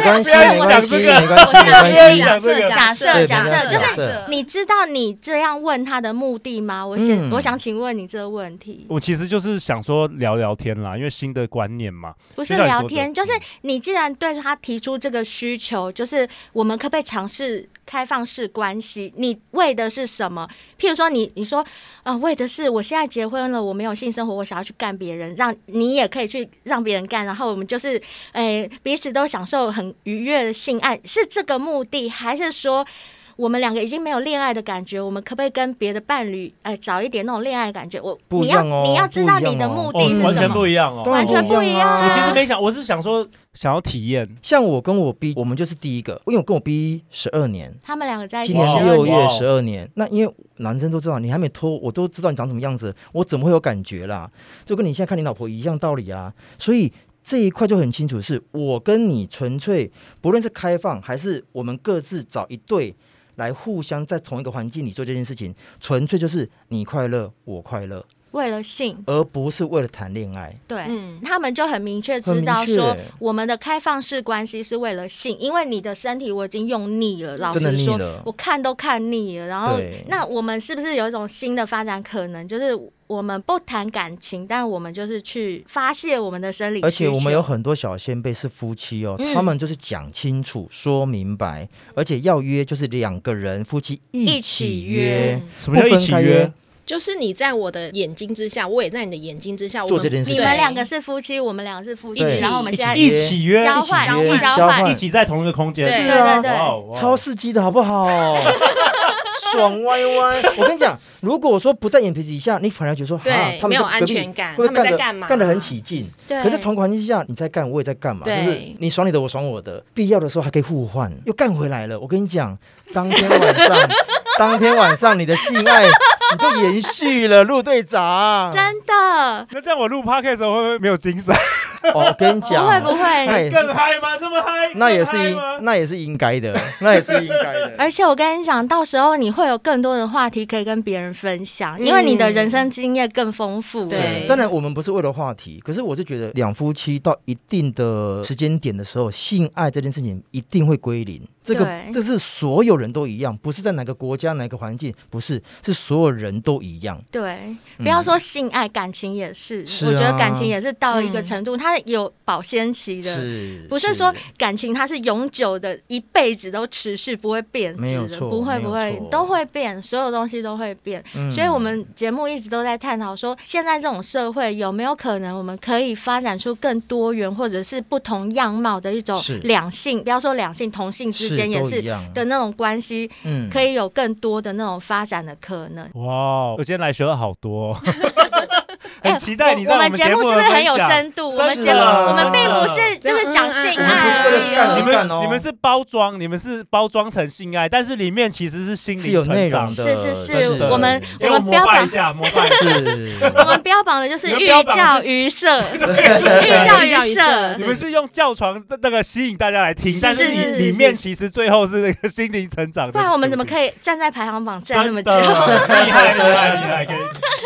Speaker 3: 关系，
Speaker 5: 不要
Speaker 3: 没
Speaker 5: 讲
Speaker 3: 关系，
Speaker 5: 这
Speaker 3: 没
Speaker 5: 个
Speaker 3: 关系，没
Speaker 5: [LAUGHS] 我
Speaker 3: 关
Speaker 5: 想
Speaker 3: 系。
Speaker 5: 先
Speaker 2: 假
Speaker 4: 假设
Speaker 2: 设
Speaker 4: 设
Speaker 2: 假
Speaker 3: 设
Speaker 4: 设，
Speaker 3: 就是
Speaker 2: 你知道你这样问他的目的吗？我想、
Speaker 3: 嗯
Speaker 2: 我想请问你这个问题，
Speaker 5: 我其实就是想说聊聊天啦，因为新的观念嘛。
Speaker 2: 不是
Speaker 5: 就像你
Speaker 2: 聊
Speaker 5: 说的嗯
Speaker 2: 天，就是你既然对他提出这个需求，就是我们可不可以尝试开放式关系？你为的是什么？譬如说你，你说啊、呃为的是我现在结婚了，我没有性生活，我想要去干别人，让你也可以去让别人干，然后我们就是诶、呃彼此都享受很愉悦的性爱，是这个目的，还是说？我们两个已经没有恋爱的感觉，我们可不可以跟别的伴侣，呃，找一点那种恋爱的感觉？我、
Speaker 3: 不
Speaker 2: 你
Speaker 3: 一
Speaker 2: 要
Speaker 3: 样哦
Speaker 2: 你要知道
Speaker 3: 不一样
Speaker 2: 你的
Speaker 3: 哦
Speaker 2: 目的
Speaker 5: 哦
Speaker 2: 是什，么？
Speaker 5: 完全不一样
Speaker 3: 当
Speaker 5: 哦。
Speaker 3: 然
Speaker 2: 完全不一样啊
Speaker 5: 我其实没想，我是想说想要体验，
Speaker 3: 像我跟我 B，我们就是第一个，因为我跟我 B 十二年，
Speaker 2: 他们两个在一起
Speaker 3: 今
Speaker 2: 十
Speaker 3: 年
Speaker 2: 二
Speaker 3: 六
Speaker 2: 年，
Speaker 3: 月十二年。那因为男生都知道，你还没脱，我都知道你长什么样子，
Speaker 2: 嗯
Speaker 3: 我怎么会有感觉啦？就跟你现在看你老婆一样道理啊。所以这一块就很清楚，是我跟你纯粹，不论是开放还是我们各自找一对。来互相在同一个环境里做这件事情，纯粹就是你快乐我快乐，
Speaker 2: 为了性，
Speaker 3: 而不是为了谈恋爱。
Speaker 2: 对。
Speaker 4: 嗯，
Speaker 2: 他们就很明确知
Speaker 3: 很
Speaker 2: 道
Speaker 3: 明确
Speaker 2: 说，我们的开放式关系是为了性，因为你的身体我已经用腻了，老
Speaker 3: 真的
Speaker 2: 实
Speaker 3: 腻
Speaker 2: 说
Speaker 3: 了，
Speaker 2: 我看都看腻了。然后
Speaker 3: 对，
Speaker 2: 那我们是不是有一种新的发展可能，就是我们不谈感情，但我们就是去发泄我们的生理需求？
Speaker 3: 而且我们有很多小先辈是夫妻哦，
Speaker 2: 嗯
Speaker 3: 他们就是讲清楚、说明白，而且要约就是两个人夫妻
Speaker 2: 一
Speaker 3: 一
Speaker 2: 起
Speaker 3: 起
Speaker 2: 约
Speaker 3: 约，
Speaker 5: 什么叫一起
Speaker 3: 不分开
Speaker 5: 约
Speaker 3: 约？
Speaker 4: 就是你在我的眼睛之下，我也在你的眼睛之下，我
Speaker 3: 做
Speaker 4: 们
Speaker 3: 这件事
Speaker 2: 你
Speaker 3: 情
Speaker 2: 们两个是夫妻，我们两个是夫妻
Speaker 4: 一，起
Speaker 2: 然后我们现在
Speaker 5: 一起约，
Speaker 2: 交换
Speaker 3: 一起约
Speaker 2: 交
Speaker 3: 交
Speaker 2: 换
Speaker 5: 一起在同一个空间，
Speaker 4: 对
Speaker 2: 对
Speaker 3: 是啊
Speaker 2: 对对，
Speaker 5: 哇哦哇哦
Speaker 3: 超刺激的好不好？
Speaker 4: [LAUGHS]
Speaker 3: 爽歪歪！我跟你讲，如果说不在眼皮底下，你反而觉得说，
Speaker 4: 对
Speaker 3: 啊，他们
Speaker 4: 没有
Speaker 3: 在隔壁
Speaker 4: 安全感
Speaker 3: 会不会
Speaker 4: 他们在
Speaker 3: 得
Speaker 4: 干嘛
Speaker 3: 干得很起劲。
Speaker 2: 对
Speaker 3: 可是同个环境下，你在干，我也在干嘛？就
Speaker 4: 对
Speaker 3: 是你爽你的，我爽我的，必要的时候还可以互换，又干回来了。我跟你讲，当天晚上，当天晚上你的性爱你就延续了，陆队长。
Speaker 2: 真的。
Speaker 5: 那这样我录 podcast 的时候会不会没有精神？
Speaker 3: 哦，我跟你
Speaker 2: 不会
Speaker 3: 讲，
Speaker 2: 不
Speaker 3: 那
Speaker 2: 会。
Speaker 3: 也
Speaker 5: 更嗨吗？那么嗨？
Speaker 3: 那也
Speaker 5: 更
Speaker 3: 是
Speaker 5: 嗨
Speaker 3: 应
Speaker 5: 吗
Speaker 3: 那也是应该的，那也是应该的。
Speaker 2: [LAUGHS] 而且我跟你讲，到时候你会有更多的话题可以跟别人分享，因为你的
Speaker 4: 嗯
Speaker 2: 人生经验更丰富了。
Speaker 4: 对
Speaker 3: 当然，我们不是为了话题，可是我是觉得两夫妻到一定的时间点的时候，性爱这件事情一定会归零。这个
Speaker 2: 对
Speaker 3: 这是所有人都一样，不是在哪个国家、哪个环境，不是，是所有人都一样。
Speaker 2: 对，
Speaker 3: 嗯
Speaker 2: 不要说性爱，感情也是，
Speaker 3: 是
Speaker 2: 我觉得感
Speaker 3: 啊
Speaker 2: 情也是到一个
Speaker 4: 嗯
Speaker 2: 程度，它有保鲜期的。
Speaker 3: 是，
Speaker 2: 不是说感情它是永久的，一辈子都持续不会变
Speaker 3: 没
Speaker 2: 质
Speaker 3: 有
Speaker 2: 的，
Speaker 3: 错
Speaker 2: 不会
Speaker 3: 没有
Speaker 2: 不会
Speaker 3: 错
Speaker 2: 都会变，所有东西都会变。
Speaker 3: 嗯
Speaker 2: 所以我们节目一直都在探讨说，现在这种社会有没有可能我们可以发展出更多元或者是不同样貌的一种
Speaker 3: 是
Speaker 2: 两性，不要说两性，同性之间也
Speaker 3: 都
Speaker 2: 是
Speaker 3: 一样
Speaker 2: 的，那种关系，
Speaker 3: 嗯
Speaker 2: 可以有更多的那种发展的可能。
Speaker 5: 哇，哦我今天来学了好
Speaker 2: [LAUGHS]
Speaker 5: 多哦，
Speaker 2: 哎
Speaker 5: 很期待你在
Speaker 2: 我我们
Speaker 5: 们
Speaker 2: 节目
Speaker 5: 目
Speaker 2: 是不
Speaker 5: 的
Speaker 2: 是很
Speaker 5: 分
Speaker 2: 有
Speaker 5: 享
Speaker 2: 深度？我们
Speaker 5: 真
Speaker 2: 节目
Speaker 5: 的
Speaker 2: 我们并不是
Speaker 3: 真的
Speaker 2: 就是讲性爱
Speaker 3: 我们不是为了干
Speaker 2: 而
Speaker 5: 你
Speaker 2: 已哦。
Speaker 3: 很感哦
Speaker 5: 们你们是包装，你们是包装成性爱，但是里面其实是心
Speaker 3: 是
Speaker 5: 灵
Speaker 3: 有内
Speaker 5: 成
Speaker 3: 容
Speaker 5: 长
Speaker 3: 的，。
Speaker 2: 是是是
Speaker 3: 真的
Speaker 2: 我们
Speaker 5: 给我
Speaker 2: 我们
Speaker 5: 膜
Speaker 2: 标
Speaker 5: 拜
Speaker 2: 榜
Speaker 5: 一下，膜
Speaker 2: [LAUGHS]
Speaker 5: 拜一下。
Speaker 3: 是 [LAUGHS]
Speaker 2: 我们标榜的就是
Speaker 5: 你们
Speaker 2: 寓
Speaker 5: 标榜
Speaker 2: 教
Speaker 5: 的是
Speaker 2: 于色，
Speaker 4: 寓
Speaker 2: 寓
Speaker 4: 教
Speaker 2: 教
Speaker 4: 于
Speaker 2: 于
Speaker 4: 色
Speaker 2: 色
Speaker 5: 你。们是用教床的那个吸引大家来听，
Speaker 2: 是
Speaker 5: 但
Speaker 2: 是是
Speaker 5: 你
Speaker 2: 是
Speaker 5: 里面其实最后是那个心灵成长的。
Speaker 2: 不然我们怎么可以站在排行榜站那么
Speaker 5: 真
Speaker 2: 久
Speaker 5: 的？厉害厉害厉害，给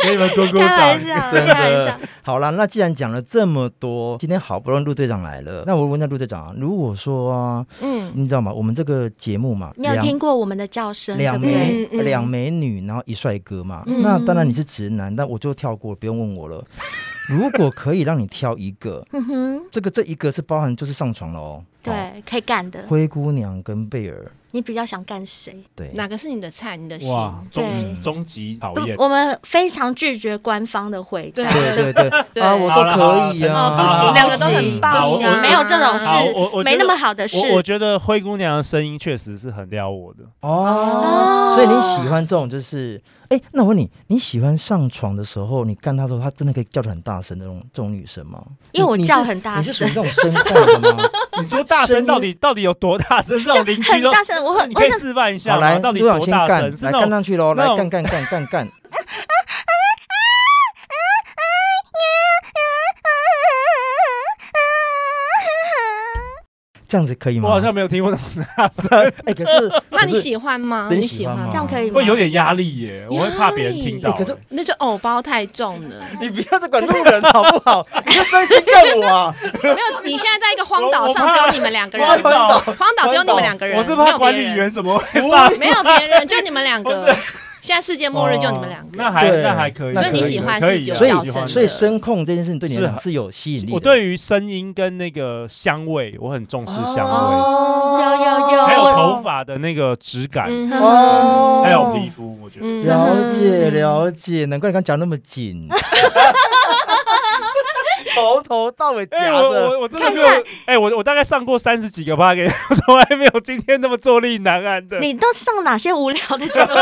Speaker 5: 给你们鼓鼓
Speaker 2: 开玩。
Speaker 5: 掌
Speaker 2: 笑，
Speaker 3: 真
Speaker 2: 开玩笑
Speaker 3: 的。。好啦，那既然讲了这么多，今天好不容易陆队长来了，那我问一下陆队长啊，如果说啊，
Speaker 4: 嗯，
Speaker 3: 你知道吗？我们这个节目嘛，
Speaker 2: 你有
Speaker 3: 两
Speaker 2: 听过我们的叫声，对
Speaker 3: 两
Speaker 2: 不对？
Speaker 3: 美
Speaker 4: 嗯嗯
Speaker 3: 两美女，然后一帅哥嘛。
Speaker 4: 嗯
Speaker 3: 那当然你是直男，那我就跳过，不用问我了。如果可以让你挑一个，
Speaker 2: 嗯哼，
Speaker 3: 这个这一个是包含就是上床了哦。好，
Speaker 2: 对，可以干的。
Speaker 3: 灰姑娘跟贝尔，
Speaker 2: 你比较想干谁？
Speaker 3: 对，
Speaker 4: 哪个是你的菜？你的心？
Speaker 5: 哇，终
Speaker 2: 对
Speaker 5: 终极讨
Speaker 2: 不
Speaker 5: 厌，。
Speaker 2: 我们非常拒绝官方的回答。
Speaker 3: 对对对，
Speaker 4: 对
Speaker 3: 啊，我都可以啊，
Speaker 5: 好了
Speaker 2: 哦，
Speaker 5: 好
Speaker 2: 不
Speaker 5: 了
Speaker 2: 行，
Speaker 5: 好
Speaker 2: 两
Speaker 5: 了
Speaker 2: 个都
Speaker 5: 好
Speaker 2: 很
Speaker 5: 了
Speaker 2: 棒，不
Speaker 4: 好
Speaker 2: 行，没有这种
Speaker 5: 好我我觉得
Speaker 2: 事，没那么好的事。
Speaker 5: 我我觉得灰姑娘的声音确实是很撩我的，
Speaker 3: 哦。
Speaker 2: 哦
Speaker 3: 所以你喜欢这种就是，哎、那我问你，你喜欢上床的时候，你干她的时候，她真的可以叫的很大声的那种这种女生吗？
Speaker 2: 因为我
Speaker 3: 你你是
Speaker 2: 叫很大
Speaker 3: 你是属于
Speaker 2: 声，
Speaker 3: 这种声控的吗？
Speaker 5: [LAUGHS] 你说大
Speaker 3: 声
Speaker 5: 声
Speaker 3: 音
Speaker 5: 到底到底有多大声？让邻居
Speaker 2: 很
Speaker 5: 都，
Speaker 2: 大声，我很
Speaker 5: 你
Speaker 2: 我 [LAUGHS]
Speaker 5: 可以
Speaker 2: 很
Speaker 5: 示范一下
Speaker 3: 好，
Speaker 5: 吗？
Speaker 3: 来，
Speaker 5: 啊到底
Speaker 3: 陆长
Speaker 5: 多
Speaker 3: 先
Speaker 5: 大
Speaker 3: 干，
Speaker 5: 声？是
Speaker 3: 来
Speaker 5: 那
Speaker 3: 干
Speaker 5: 种
Speaker 3: 上去喽，
Speaker 5: 那
Speaker 3: 来
Speaker 5: 种
Speaker 3: 干干干干干。这样子可以吗？
Speaker 5: 我好像没有听过那么大声，
Speaker 3: 哎、可
Speaker 2: [LAUGHS]
Speaker 3: 是
Speaker 4: 那你
Speaker 3: 可是
Speaker 4: 喜欢吗？
Speaker 3: 真
Speaker 4: 你
Speaker 3: 喜
Speaker 4: 喜
Speaker 3: 欢
Speaker 4: 欢
Speaker 3: 吗
Speaker 2: 这样可以吗？
Speaker 5: 会有点压力耶，我会怕别人听到
Speaker 3: 哎
Speaker 5: 欸。
Speaker 3: 可是
Speaker 4: 那就藕包太重了。
Speaker 3: 你不要再管路人好不
Speaker 2: [LAUGHS]
Speaker 3: 好？你要专心干我啊！
Speaker 4: 没有，你现在在一个荒岛
Speaker 5: 我
Speaker 4: 上，
Speaker 5: 我
Speaker 4: 只
Speaker 5: 怕
Speaker 4: 有你们两个人。
Speaker 5: 荒岛
Speaker 4: 荒岛只有你们两个人，
Speaker 5: 我是
Speaker 4: 没
Speaker 5: 怕
Speaker 4: 有
Speaker 5: 管
Speaker 4: 别
Speaker 5: 理
Speaker 4: 人
Speaker 5: 员怎么会上
Speaker 4: 没有别人，就你们
Speaker 5: [LAUGHS]
Speaker 4: 两个。现在世界末日就你们两
Speaker 5: 哦
Speaker 4: 个。
Speaker 5: 那还
Speaker 3: 对
Speaker 5: 那还可以，
Speaker 3: 所以你
Speaker 5: 可
Speaker 3: 喜
Speaker 5: 的
Speaker 4: 欢
Speaker 5: 可
Speaker 4: 是
Speaker 5: 以
Speaker 4: 有
Speaker 5: 的
Speaker 3: 所
Speaker 5: 喜
Speaker 4: 叫
Speaker 5: 欢
Speaker 4: 声
Speaker 5: 的
Speaker 3: 以，所以声控这件事情对你来
Speaker 5: 是
Speaker 3: 讲
Speaker 5: 啊
Speaker 3: 是有吸引力的。
Speaker 5: 我对于声音跟那个香味，我很重视香味，
Speaker 3: 哦
Speaker 2: 有有有
Speaker 5: 还有
Speaker 2: 我
Speaker 5: 头发的那个质感，
Speaker 4: 嗯哼
Speaker 3: 哦，
Speaker 5: 还有皮肤，我觉得。
Speaker 4: 嗯哼
Speaker 3: 了解了解，难怪你刚讲那么
Speaker 2: [LAUGHS]
Speaker 3: 紧，从头到尾
Speaker 5: 哎、
Speaker 3: 夹
Speaker 5: 我
Speaker 3: 着。
Speaker 5: 我我真的
Speaker 2: 看
Speaker 5: 没
Speaker 2: 一
Speaker 5: 有
Speaker 2: 下，
Speaker 5: 哎、我我大概上过三十几个 p a r k [LAUGHS] 从来没有今天那么坐立难安 [LAUGHS] 的。
Speaker 2: 你都上哪些无聊的节目？ [LAUGHS]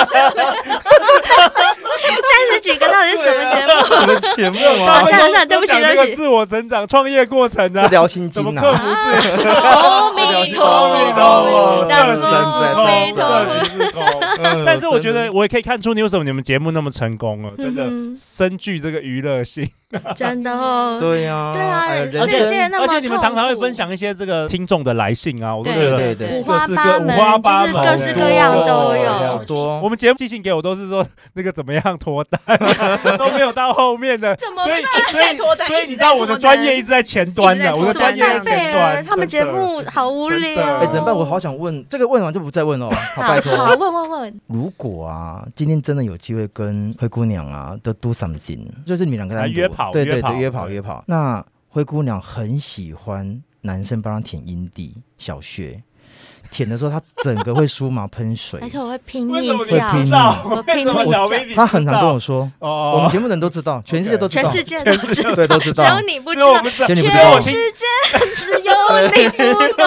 Speaker 2: 三十几个到底是什么节目？
Speaker 3: 什么节目
Speaker 5: 大
Speaker 3: 啊
Speaker 5: [LAUGHS]
Speaker 2: 好？
Speaker 5: 家
Speaker 2: 算
Speaker 5: 都
Speaker 2: 了算了对不起
Speaker 5: 都讲那
Speaker 2: 对
Speaker 5: 个
Speaker 2: 不起
Speaker 5: 自我成长、创业过程
Speaker 3: 不
Speaker 5: 啊，
Speaker 3: 聊心
Speaker 5: 怎么
Speaker 3: 经
Speaker 5: 克
Speaker 3: 啊！
Speaker 5: 服自己？
Speaker 2: 阿弥陀佛，
Speaker 5: 色
Speaker 2: 南
Speaker 5: 即
Speaker 2: 无
Speaker 5: 是
Speaker 2: 阿弥
Speaker 5: 空，
Speaker 2: 陀
Speaker 5: 色
Speaker 2: 佛。
Speaker 5: 即是
Speaker 3: [LAUGHS]
Speaker 5: 空。
Speaker 3: 嗯
Speaker 5: 但是我觉得我也可以看出你为什么你们节目那么成功了，真的
Speaker 2: 嗯哼
Speaker 5: 深具这个娱乐性，
Speaker 2: 真的哦，
Speaker 3: 对呀，
Speaker 2: 对啊
Speaker 3: 哎呀
Speaker 2: 人
Speaker 3: 人
Speaker 2: 世
Speaker 3: 生
Speaker 2: 界那么
Speaker 5: 而且你们常常会
Speaker 2: 痛苦
Speaker 5: 分享一些这个听众的来信啊，我都觉
Speaker 4: 对
Speaker 5: 得
Speaker 3: 对
Speaker 4: 对
Speaker 3: 对
Speaker 2: 五
Speaker 4: 对，
Speaker 2: 花八门，
Speaker 5: 各式各五花八
Speaker 2: 就
Speaker 5: 门
Speaker 2: 是各式各样都
Speaker 3: 好
Speaker 2: 有。
Speaker 3: 多
Speaker 5: 我们节目寄信给我都是说那个怎么样脱单、啊
Speaker 3: [LAUGHS]
Speaker 5: 都没有到后面的，
Speaker 2: 怎么
Speaker 5: 所以所
Speaker 4: 在脱
Speaker 5: 以
Speaker 4: 单
Speaker 5: 所以
Speaker 4: 一直
Speaker 5: 你知道
Speaker 4: 在
Speaker 5: 我的
Speaker 4: 脱
Speaker 5: 专
Speaker 4: 单
Speaker 5: 业一直在前端
Speaker 4: 一直
Speaker 5: 的，
Speaker 4: 在
Speaker 5: 我的
Speaker 4: 脱
Speaker 5: 专业
Speaker 4: 单
Speaker 5: 在前端。
Speaker 2: 他们
Speaker 5: 真
Speaker 2: 节
Speaker 5: 的
Speaker 2: 目好无聊。
Speaker 3: 哎，怎么办？我好想问这个，问完就不再问了。
Speaker 2: [LAUGHS]
Speaker 3: 好，拜托。
Speaker 2: 好，问问问，
Speaker 3: 如果啊，今天真的有机会跟灰姑娘啊都 do something，就是你们两个
Speaker 5: 啊
Speaker 3: 人
Speaker 5: 约跑
Speaker 3: 对对
Speaker 5: 约跑
Speaker 3: 对，约跑
Speaker 5: 对
Speaker 3: 约跑。那灰姑娘很喜欢男生帮她舔阴蒂、小穴，舔的时候她整个会酥麻喷水
Speaker 2: [LAUGHS] 而。且我会拼
Speaker 5: 为什
Speaker 2: 命
Speaker 5: 么你
Speaker 2: 叫，
Speaker 5: 知道？
Speaker 2: 我
Speaker 5: [LAUGHS] 为
Speaker 2: 拼
Speaker 5: 什么
Speaker 2: 命
Speaker 5: 小
Speaker 2: 叫，
Speaker 5: 薇你
Speaker 3: 她很常跟我
Speaker 5: 我
Speaker 3: 说，我们
Speaker 5: 哦，
Speaker 3: 节目的人都知道，全世界都知
Speaker 2: 全
Speaker 3: 道，
Speaker 2: 世界都知道，
Speaker 3: 对都知
Speaker 2: 只
Speaker 3: 道。
Speaker 2: 有你不知
Speaker 5: 只有我
Speaker 2: 道
Speaker 5: 们。知道
Speaker 3: 只有你不知道
Speaker 5: 我
Speaker 2: 全世
Speaker 5: 听
Speaker 2: 界只有你不懂，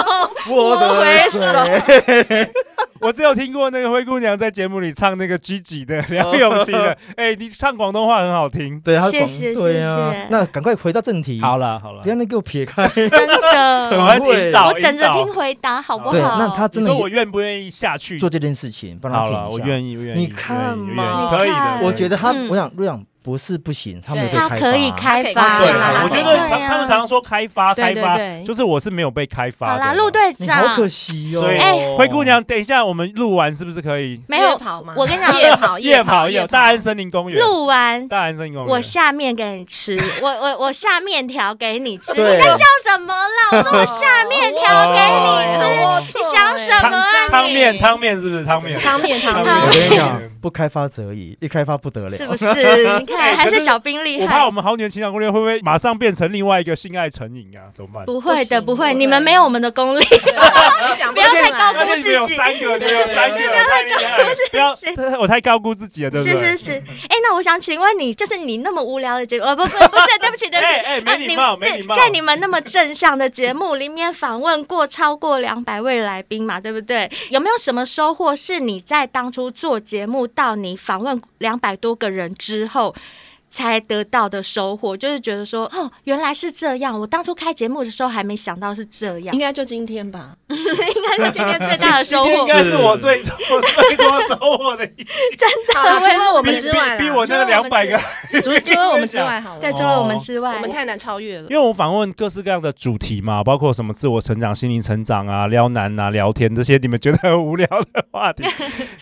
Speaker 3: 我的水，
Speaker 5: 我只有听过那个灰姑娘在节目里唱那个 Gigi 的 [LAUGHS] 梁咏琪的，哎，你唱广东话很好听。
Speaker 3: 对，她
Speaker 2: 谢
Speaker 3: 广
Speaker 2: 谢
Speaker 3: 对啊
Speaker 2: 谢谢。
Speaker 3: 那赶快回到正题，
Speaker 5: 好了好了
Speaker 3: 不，要那给我撇开。
Speaker 2: 真
Speaker 5: 我 [LAUGHS]
Speaker 2: 的。
Speaker 5: 还引导
Speaker 2: 我等
Speaker 5: 引
Speaker 2: 着
Speaker 5: 导
Speaker 2: 听回答好不好？
Speaker 3: 对，那她真
Speaker 5: 你
Speaker 3: 的
Speaker 5: 说我愿不愿意下去
Speaker 3: 做这件事情，帮她
Speaker 5: 好
Speaker 3: 舔一下。
Speaker 5: 了，我愿意，我愿意。
Speaker 3: 你看
Speaker 5: 愿意
Speaker 3: 嘛
Speaker 5: 愿意可以
Speaker 2: 你看
Speaker 5: 的。
Speaker 3: 我觉得他，
Speaker 2: 嗯
Speaker 3: 我想陆想不是不行，他们有被
Speaker 2: 他
Speaker 3: 开
Speaker 2: 可以
Speaker 3: 发
Speaker 2: 开
Speaker 4: 可以
Speaker 2: 发
Speaker 4: 开
Speaker 2: 啦
Speaker 4: 发，
Speaker 5: 对，我觉
Speaker 2: 对
Speaker 5: 得
Speaker 2: 啊
Speaker 5: 常他们常常说开发
Speaker 4: 对
Speaker 5: 开
Speaker 4: 对
Speaker 5: 发
Speaker 4: 对，
Speaker 5: 就是我是没有被开发
Speaker 2: 好
Speaker 5: 的。
Speaker 2: 啦，陆队
Speaker 3: 你好
Speaker 2: 长
Speaker 3: 可，惜哦。
Speaker 5: 所以
Speaker 2: 哎
Speaker 5: [LAUGHS] 灰姑娘，等一下我们录完是不是可以
Speaker 2: 没有
Speaker 4: 夜跑吗？
Speaker 2: 我跟你讲
Speaker 4: 夜跑
Speaker 5: 夜跑夜
Speaker 4: 夜
Speaker 5: 跑大安森林公园？
Speaker 2: 录完
Speaker 5: 大安森林公园，
Speaker 2: 我下面给你吃，我我我下面条给你吃，你
Speaker 3: 对
Speaker 2: 在笑什么啦？我说我下面条给你吃，
Speaker 5: 哦
Speaker 4: 你
Speaker 2: 你想什
Speaker 5: 汤
Speaker 2: 么啊
Speaker 5: 汤面汤面是不是汤面？
Speaker 4: 汤面汤
Speaker 5: 汤
Speaker 4: 面
Speaker 3: [LAUGHS] 我
Speaker 5: 面
Speaker 3: 跟你
Speaker 5: [LAUGHS]
Speaker 3: 讲，不开发则已，一开发不得了。
Speaker 2: 是不是？你
Speaker 5: 哎
Speaker 2: 看还
Speaker 5: 可
Speaker 2: 是
Speaker 5: 是
Speaker 2: 小兵厉
Speaker 5: 我怕
Speaker 2: 害
Speaker 5: 我。们好女人情感攻略会不会马上变成另外一个性爱成瘾啊？怎么办？
Speaker 2: 不会的，不
Speaker 4: 不行
Speaker 2: 会，
Speaker 4: 不
Speaker 2: 你们
Speaker 4: 会
Speaker 2: 没有我们的功力。
Speaker 4: 你讲
Speaker 2: 不要太高
Speaker 5: 而且你们有三个，你们有三个，太厉害了！不要，这我太高估自己了，对不
Speaker 2: 是
Speaker 5: 对
Speaker 2: 是？是，哎，那我想请问你，就是你那么无聊的节目，呃，不不不是，对不起对不
Speaker 5: 哎
Speaker 2: 起，
Speaker 5: 哎，
Speaker 2: 啊
Speaker 5: 没礼貌，
Speaker 2: 你
Speaker 5: 没礼貌。
Speaker 2: 在你们那么正向的节目里面访问过超过两百位来宾嘛，对不对？有没有什么收获是你在当初做节目到你访问两百多个人之后？才得到的收获，就是觉得说，哦，原来是这样。我当初开节目的时候还没想到是这样
Speaker 4: 应，该就今天吧。
Speaker 2: 应该是今天最大的
Speaker 5: 今
Speaker 2: 收
Speaker 5: 天应
Speaker 2: 获。
Speaker 5: 该是我最多 [LAUGHS] 最多收获的一集，
Speaker 4: 好了，除了我
Speaker 5: 比
Speaker 4: 们之外
Speaker 5: 比比
Speaker 4: 啦
Speaker 5: 我那个两百个，
Speaker 4: 除除了我们之
Speaker 5: [LAUGHS]
Speaker 4: 外，好
Speaker 2: 对，
Speaker 4: 了，
Speaker 2: 除了我们之外，
Speaker 4: 我们太难超越了
Speaker 5: 因。为我访问各式各样的主题嘛，包括什么自我成长、心灵成长啊、撩男啊、聊天这些你们觉得很无聊的
Speaker 2: [LAUGHS]
Speaker 5: 话题，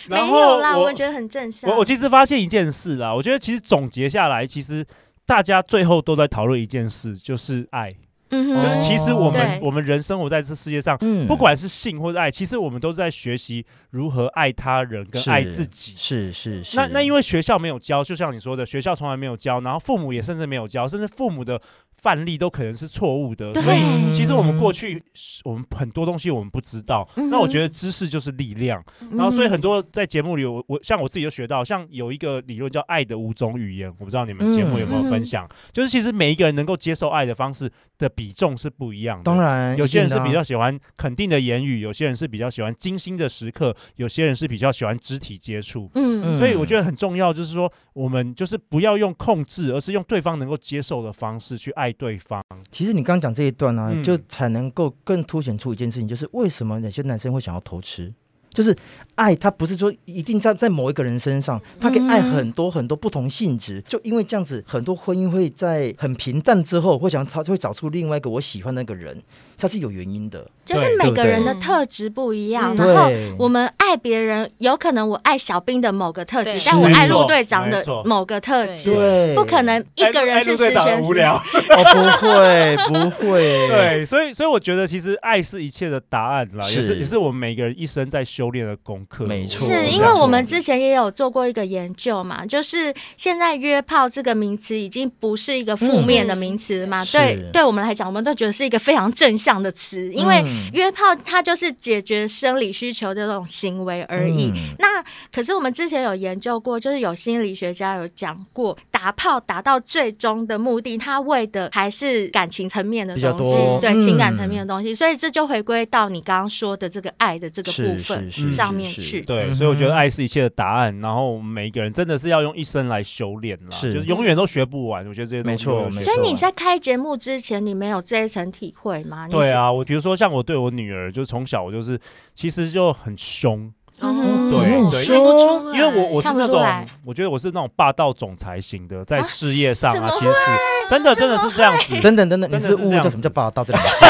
Speaker 2: 没
Speaker 5: 然后
Speaker 2: 有啦，我
Speaker 5: 我
Speaker 2: 们觉得很正向。
Speaker 5: 我我其实发现一件事啦，我觉得其实总结下来，其实大家最后都在讨论一件事，就是爱，
Speaker 2: 嗯
Speaker 5: 就
Speaker 2: 哼，
Speaker 5: 是其实我们
Speaker 2: 对
Speaker 5: 我们人生活在这世界上。
Speaker 3: 嗯
Speaker 5: 不管是性或者爱，其实我们都在学习如何爱他人跟
Speaker 3: 是
Speaker 5: 爱自己。
Speaker 3: 是是是，
Speaker 5: 那那因
Speaker 3: 为
Speaker 5: 为学校没有教，就像你说的，学校从来没有教，然后父母也甚至没有教，甚至父母的范例都可能是错误的，所以
Speaker 2: 对，
Speaker 5: 其实我们过去是我们很多东西我们不知道，
Speaker 2: 嗯哼嗯
Speaker 5: 那我觉得知识就是力量。然后所以很多在节目里我，我像我自己就学到，像有一个理论叫“爱的五种语言”，我不知道你们节目有没
Speaker 2: 嗯
Speaker 5: 有分享，就是其实每一个人能够接受爱的方式的比重是不一样的。
Speaker 3: 当。然
Speaker 5: 有些人
Speaker 3: 一定
Speaker 5: 是
Speaker 3: 的啊
Speaker 5: 比较喜欢肯定的言语，有些人是比较喜欢精心的时刻，有些人是比较喜欢肢体接触。
Speaker 2: 嗯
Speaker 3: 嗯
Speaker 5: 所以我觉得很重要，就是说我们就是不要用控制，而是用对方能够接受的方式去爱对方。
Speaker 3: 其实你刚刚讲这一段呢、啊
Speaker 5: 嗯
Speaker 3: 就才能够更凸显出一件事情，就是为什么有些男生会想要偷吃。就是爱，他不是说一定在在某一个人身上，他可以爱
Speaker 2: 嗯
Speaker 3: 很多很多不同性质。就因为这样子，很多婚姻会在很平淡之后，会想他会找出另外一个我喜欢那个人，他是有原因
Speaker 5: [LAUGHS]
Speaker 3: 的。
Speaker 5: 哦
Speaker 2: 就是每个人的特质不一样，
Speaker 4: 嗯
Speaker 2: 然后
Speaker 3: 对
Speaker 2: 我们爱别人，有可能我爱小兵的某个特质
Speaker 4: 对，
Speaker 2: 但我
Speaker 5: 是
Speaker 2: 爱
Speaker 5: 没
Speaker 2: 陆
Speaker 5: 错
Speaker 2: 队长的
Speaker 5: 没错
Speaker 2: 某个特质，
Speaker 3: 对，
Speaker 2: 不可能一个人
Speaker 5: 哎
Speaker 2: 是
Speaker 5: 陆
Speaker 2: 十
Speaker 5: 队长
Speaker 2: 全
Speaker 5: 很无
Speaker 2: 十
Speaker 5: 聊
Speaker 2: 美。，
Speaker 3: 哦，不会，不会，
Speaker 5: 对，所以所以我觉得其实爱是一切的答案啦，也是
Speaker 3: 是
Speaker 5: 也是我们每个人一生在修炼的功课。
Speaker 3: 没错
Speaker 2: 是因
Speaker 3: 这
Speaker 2: 为
Speaker 3: 样
Speaker 2: 我
Speaker 3: 说
Speaker 2: 们之前也有做过一个研究嘛，就是现在约炮这个名词已经不是一个负面的名词嘛，
Speaker 3: 嗯
Speaker 2: 对
Speaker 3: 是
Speaker 2: 对我们来讲，我们都觉得是一个非常正向的词， [LAUGHS] 因为
Speaker 3: 嗯
Speaker 2: 约炮它就是解决生理需求的那种行为而已。
Speaker 3: 嗯
Speaker 2: 那可是我们之前有研究过，就是有心理学家有讲过，打炮打到最终的目的，他为的还是感情层面的
Speaker 3: 比较
Speaker 2: 东西，
Speaker 3: 多
Speaker 2: 对、
Speaker 3: 嗯
Speaker 2: 情感层面的东西，所以这就回归到你刚刚说的这个爱的这个部
Speaker 3: 是
Speaker 2: 分
Speaker 3: 是是
Speaker 5: 上
Speaker 3: 是
Speaker 2: 面
Speaker 3: 是
Speaker 2: 去
Speaker 5: 对，
Speaker 3: 嗯
Speaker 5: 所以我觉得爱是一切的答案。然后我们每一个人真的是要用一生来修炼啦，
Speaker 3: 是
Speaker 5: 就是永远都学不完。我觉得这些
Speaker 3: 没
Speaker 5: 东西
Speaker 3: 错
Speaker 5: 都有学
Speaker 3: 没
Speaker 2: 所
Speaker 3: 错啊
Speaker 2: 以你在开节目之前，你没有这一层体会吗？你是
Speaker 5: 对，啊，我比如说像我对我女儿，就是从小我就是其实就很凶，
Speaker 2: 嗯
Speaker 5: 哦对
Speaker 3: 你很
Speaker 5: 对
Speaker 3: 凶
Speaker 4: 看不出来
Speaker 5: 因为我我是
Speaker 2: 看不
Speaker 5: 那
Speaker 2: 出
Speaker 5: 种
Speaker 2: 来
Speaker 5: 我觉得我是那种霸道总裁型的，在
Speaker 2: 啊
Speaker 5: 事业上
Speaker 2: 怎
Speaker 5: 啊
Speaker 2: 么，
Speaker 5: 其实是真的真的是这样子。
Speaker 3: 等等等等，
Speaker 5: 真
Speaker 3: 你
Speaker 5: 的
Speaker 3: 是不
Speaker 5: 是
Speaker 3: 是误
Speaker 5: 这
Speaker 3: 会
Speaker 5: 样
Speaker 3: 叫什么叫
Speaker 5: 子
Speaker 3: 霸道这两个
Speaker 5: [LAUGHS]
Speaker 3: 字？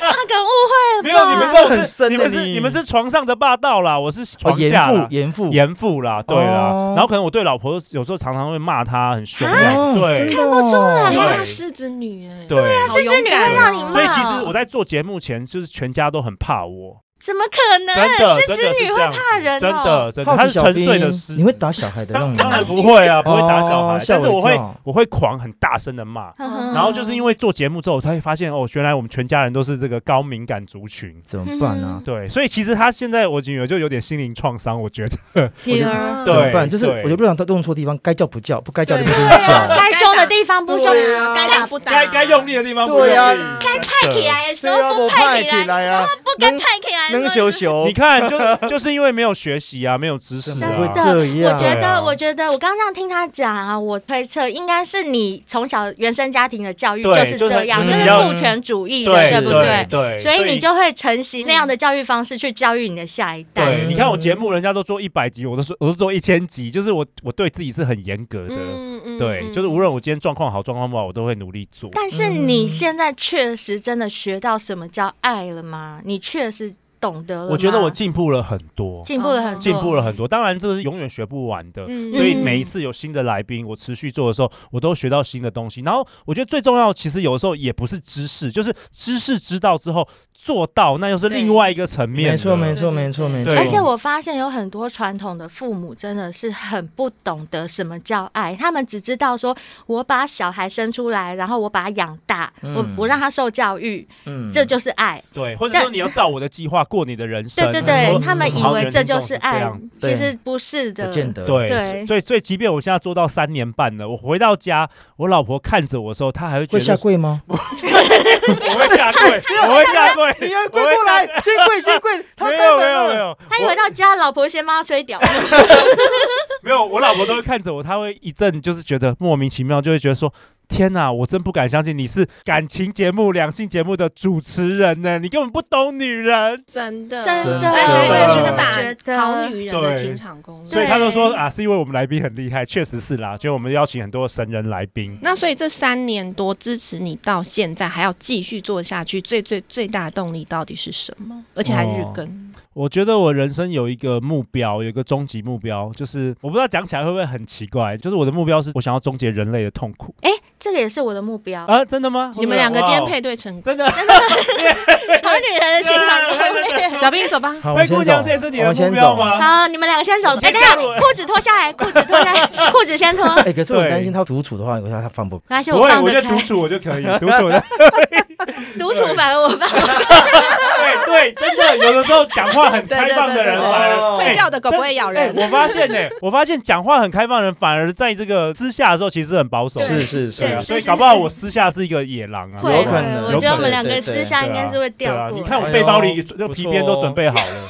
Speaker 2: 那个误会了吧，
Speaker 5: 没有，你们这种
Speaker 3: 很
Speaker 5: 是
Speaker 3: 深
Speaker 5: 你
Speaker 3: 的
Speaker 5: 们是
Speaker 3: 你
Speaker 5: 你们是床上的霸道啦，我是
Speaker 3: 哦，
Speaker 5: 床下啦 [LAUGHS]
Speaker 3: 严父，严父，
Speaker 5: 严父啦，对啦。
Speaker 3: 哦
Speaker 5: 然后可能我对老婆有时候常常会骂她很凶，
Speaker 3: 啊真
Speaker 5: 对
Speaker 3: 的
Speaker 2: 看不出来
Speaker 4: 哎
Speaker 5: 对
Speaker 4: 她狮子女哎，
Speaker 5: 对。
Speaker 2: 啊
Speaker 4: 好勇
Speaker 2: 狮子
Speaker 4: 敢哦，
Speaker 2: 女会让你骂
Speaker 5: 所以其实我在做节目前，就是全家都很怕我，
Speaker 2: 怎么可能？
Speaker 5: 真的，
Speaker 2: 狮
Speaker 5: 真的
Speaker 2: 子
Speaker 5: 是
Speaker 2: 女
Speaker 5: 这
Speaker 2: 会
Speaker 5: 样子
Speaker 2: 怕人哦，
Speaker 5: 真的真的，
Speaker 3: 好
Speaker 5: 他
Speaker 3: 奇
Speaker 5: 是
Speaker 3: 小
Speaker 5: 沉睡的
Speaker 3: 兵
Speaker 5: 狮子
Speaker 3: 你会打小孩的那种人
Speaker 5: 当当然
Speaker 3: 吗？
Speaker 5: 不会啊，不会打小孩
Speaker 3: 哦，吓
Speaker 5: 但是
Speaker 3: 我一
Speaker 5: 我会
Speaker 3: 跳
Speaker 5: 我会狂很大声的骂。
Speaker 2: 呵呵呵。
Speaker 5: 然后
Speaker 3: 嗯
Speaker 5: 就是因为做节目之后，我才会发现哦，原来我们全家人都是这个高敏感族群。
Speaker 3: 怎么办啊呢、
Speaker 5: 对，所以其实他现在我女儿就有点心灵创伤，我觉得。
Speaker 2: 女儿。
Speaker 4: 啊
Speaker 3: [LAUGHS]
Speaker 5: 对
Speaker 3: 怎么办？就是
Speaker 5: 对
Speaker 3: 我觉得不想他弄错地方，该叫不叫，不该叫就不
Speaker 4: 对
Speaker 3: 应
Speaker 4: 啊
Speaker 3: [LAUGHS] 该叫。
Speaker 2: 该凶的地方不凶，
Speaker 3: 对啊
Speaker 4: 该打不打，
Speaker 5: 该该用力的地方不用力，
Speaker 3: 对啊
Speaker 5: 该
Speaker 2: 派起来的怎么不派啊你来？
Speaker 3: 啊，
Speaker 2: 不跟派起来，
Speaker 3: 能羞羞
Speaker 5: 你，
Speaker 3: [LAUGHS]
Speaker 5: 看，就就是因为没有学习啊，没有知识
Speaker 3: 怎么
Speaker 5: 啊，
Speaker 3: 会
Speaker 2: 真的
Speaker 3: 这
Speaker 2: 我觉
Speaker 3: 样？
Speaker 5: 对啊
Speaker 2: 得，我觉得，我刚刚这样听他讲啊，我推测应该是你从小原生家庭的教育
Speaker 5: 对
Speaker 2: 就是
Speaker 5: 就是
Speaker 2: 这样，
Speaker 5: 就是
Speaker 2: 就是
Speaker 5: 比较
Speaker 2: 父权主义的，
Speaker 5: 对
Speaker 2: 不
Speaker 5: 对
Speaker 2: 对？
Speaker 5: 对，
Speaker 2: 所以你就会承袭那样的教育方式去教育你的下一代。
Speaker 5: 对，你看我节目，人家都做一百集，我都说我都做一千集，就是我我对自己是很严格的，
Speaker 4: 嗯嗯
Speaker 5: 对，就是无论我今天状况好状况不好，我都会努力做。
Speaker 2: 但是你现在确实真的学到什么叫爱了吗？你确实懂得了吗
Speaker 5: 我觉得我进步了很多，
Speaker 2: 进步了很多，
Speaker 5: 进步了很多。当然，这是永远学不完的。
Speaker 4: 嗯
Speaker 5: 所以每一次有新的来宾，我持续做的时候，我都学到新的东西。然后我觉得最重要，其实有的时候也不是知识，就是知识知道之后做到，那又是另外一个层面。
Speaker 3: 没错，没错，
Speaker 4: 对
Speaker 3: 没错，没错。
Speaker 5: 对
Speaker 2: 而且我发现有很多传统的父母真的是很不懂得什么叫爱，他们只知道说我把小孩生出来，然后我把他养大，
Speaker 3: 嗯
Speaker 2: 我我让他受教育，
Speaker 3: 嗯
Speaker 2: 这就是爱。
Speaker 5: 对，或者说
Speaker 2: 但
Speaker 5: 你要照我的计划过你的人生。
Speaker 2: 对对对
Speaker 5: 很多，
Speaker 2: 他们以
Speaker 5: 好
Speaker 2: 为
Speaker 5: 原
Speaker 2: 这
Speaker 5: 听
Speaker 2: 就
Speaker 5: 众
Speaker 2: 是
Speaker 5: 是这
Speaker 2: 爱
Speaker 5: 样子，
Speaker 2: 其实不是的
Speaker 3: 不。见得，
Speaker 5: 对，
Speaker 2: 对
Speaker 5: 所以所以即便我现在做到三年半了，我回到家，我老婆看着我的时候，她还会觉
Speaker 3: 会
Speaker 5: 得
Speaker 3: 下跪吗？
Speaker 5: 我会下跪，我会下跪，
Speaker 3: [LAUGHS] 你要跪过来，先跪，先
Speaker 5: [LAUGHS]
Speaker 3: 跪。他
Speaker 5: 没
Speaker 3: 开
Speaker 5: 有
Speaker 3: 门
Speaker 5: 没有
Speaker 3: 了
Speaker 5: 没，有，
Speaker 2: 他一
Speaker 5: 我
Speaker 2: 回到家，老婆先帮他吹屌，
Speaker 5: 没有，我老婆都会看着我，她会一阵就是觉得莫名其妙，就会觉得说。天呐，我真不敢相信你是感情节目、两性节目的主持人呢！你根本不懂女人，
Speaker 4: 真的
Speaker 2: 真
Speaker 3: 的
Speaker 4: 哎
Speaker 5: 真
Speaker 4: 真
Speaker 5: 的
Speaker 4: 的
Speaker 2: 觉
Speaker 4: 把
Speaker 2: 得
Speaker 4: 好女人的
Speaker 5: 对
Speaker 4: 情场攻略。
Speaker 5: 所以她就说啊，是因为我们来宾很厉害，确实是啦，就我们邀请很多神人来宾。
Speaker 4: 那所以这三年多支持你到现在，还要继续做下去，最最最大的动力到底是什么？而且还日更，
Speaker 5: 我觉得我人生有一个目标，有一个终极目标，就是我不知道讲起来会不会很奇怪，就是我的目标是我想要终结人类的痛苦
Speaker 2: 哎，这个也是我的目标。
Speaker 5: 啊！真的吗？
Speaker 4: 你们两个今天
Speaker 5: 哇哦
Speaker 4: 配对成功。
Speaker 5: 真的
Speaker 2: 好女人的情感攻
Speaker 5: 哦
Speaker 2: 略。
Speaker 4: 小兵走吧，
Speaker 3: 好，我
Speaker 5: 灰
Speaker 3: 们先
Speaker 5: 姑娘，
Speaker 3: 走。
Speaker 5: 这也是你
Speaker 3: 我
Speaker 5: 的
Speaker 3: 们先
Speaker 5: 目标
Speaker 3: 走？
Speaker 5: 吗？
Speaker 2: 好，你们两个先走。哎，等一下，裤子脱下来，裤子脱下来，裤子先脱。
Speaker 3: 哎，可是我
Speaker 5: 对
Speaker 3: 担心他独处的话，我怕他放不。
Speaker 2: 没关系，
Speaker 5: 不
Speaker 2: 我
Speaker 5: 会，
Speaker 2: 放
Speaker 5: 我
Speaker 2: 得
Speaker 5: 就独
Speaker 2: 开。
Speaker 5: 处我就可以，独处我就
Speaker 2: 独处反而我放
Speaker 5: 对对，真的有的时候讲话很开放的
Speaker 4: 对对
Speaker 5: 人
Speaker 4: 对对对
Speaker 5: 反而
Speaker 3: 会
Speaker 5: 哎
Speaker 4: 会叫的狗不会咬
Speaker 5: 哎
Speaker 4: 人。
Speaker 5: 我发现呢、我发现讲话很开放的人，反而在这个私下的时候其实很保守的。
Speaker 3: 是是
Speaker 5: 对啊，
Speaker 3: 是，
Speaker 5: 所以搞不好我私下是一个野狼啊，
Speaker 2: 会
Speaker 3: 有
Speaker 2: 会，
Speaker 3: 可能
Speaker 2: 我
Speaker 3: 有
Speaker 2: 觉得
Speaker 3: 可
Speaker 2: 我们
Speaker 3: 能
Speaker 2: 两
Speaker 3: 对
Speaker 2: 个
Speaker 3: 对
Speaker 2: 私下应该是会
Speaker 5: 对
Speaker 2: 掉
Speaker 5: 啊，
Speaker 2: 过
Speaker 5: 你
Speaker 2: 来。
Speaker 5: 看我背包里那个
Speaker 3: 哎不
Speaker 5: 皮
Speaker 3: 错哦啊
Speaker 5: 鞭都准备好了，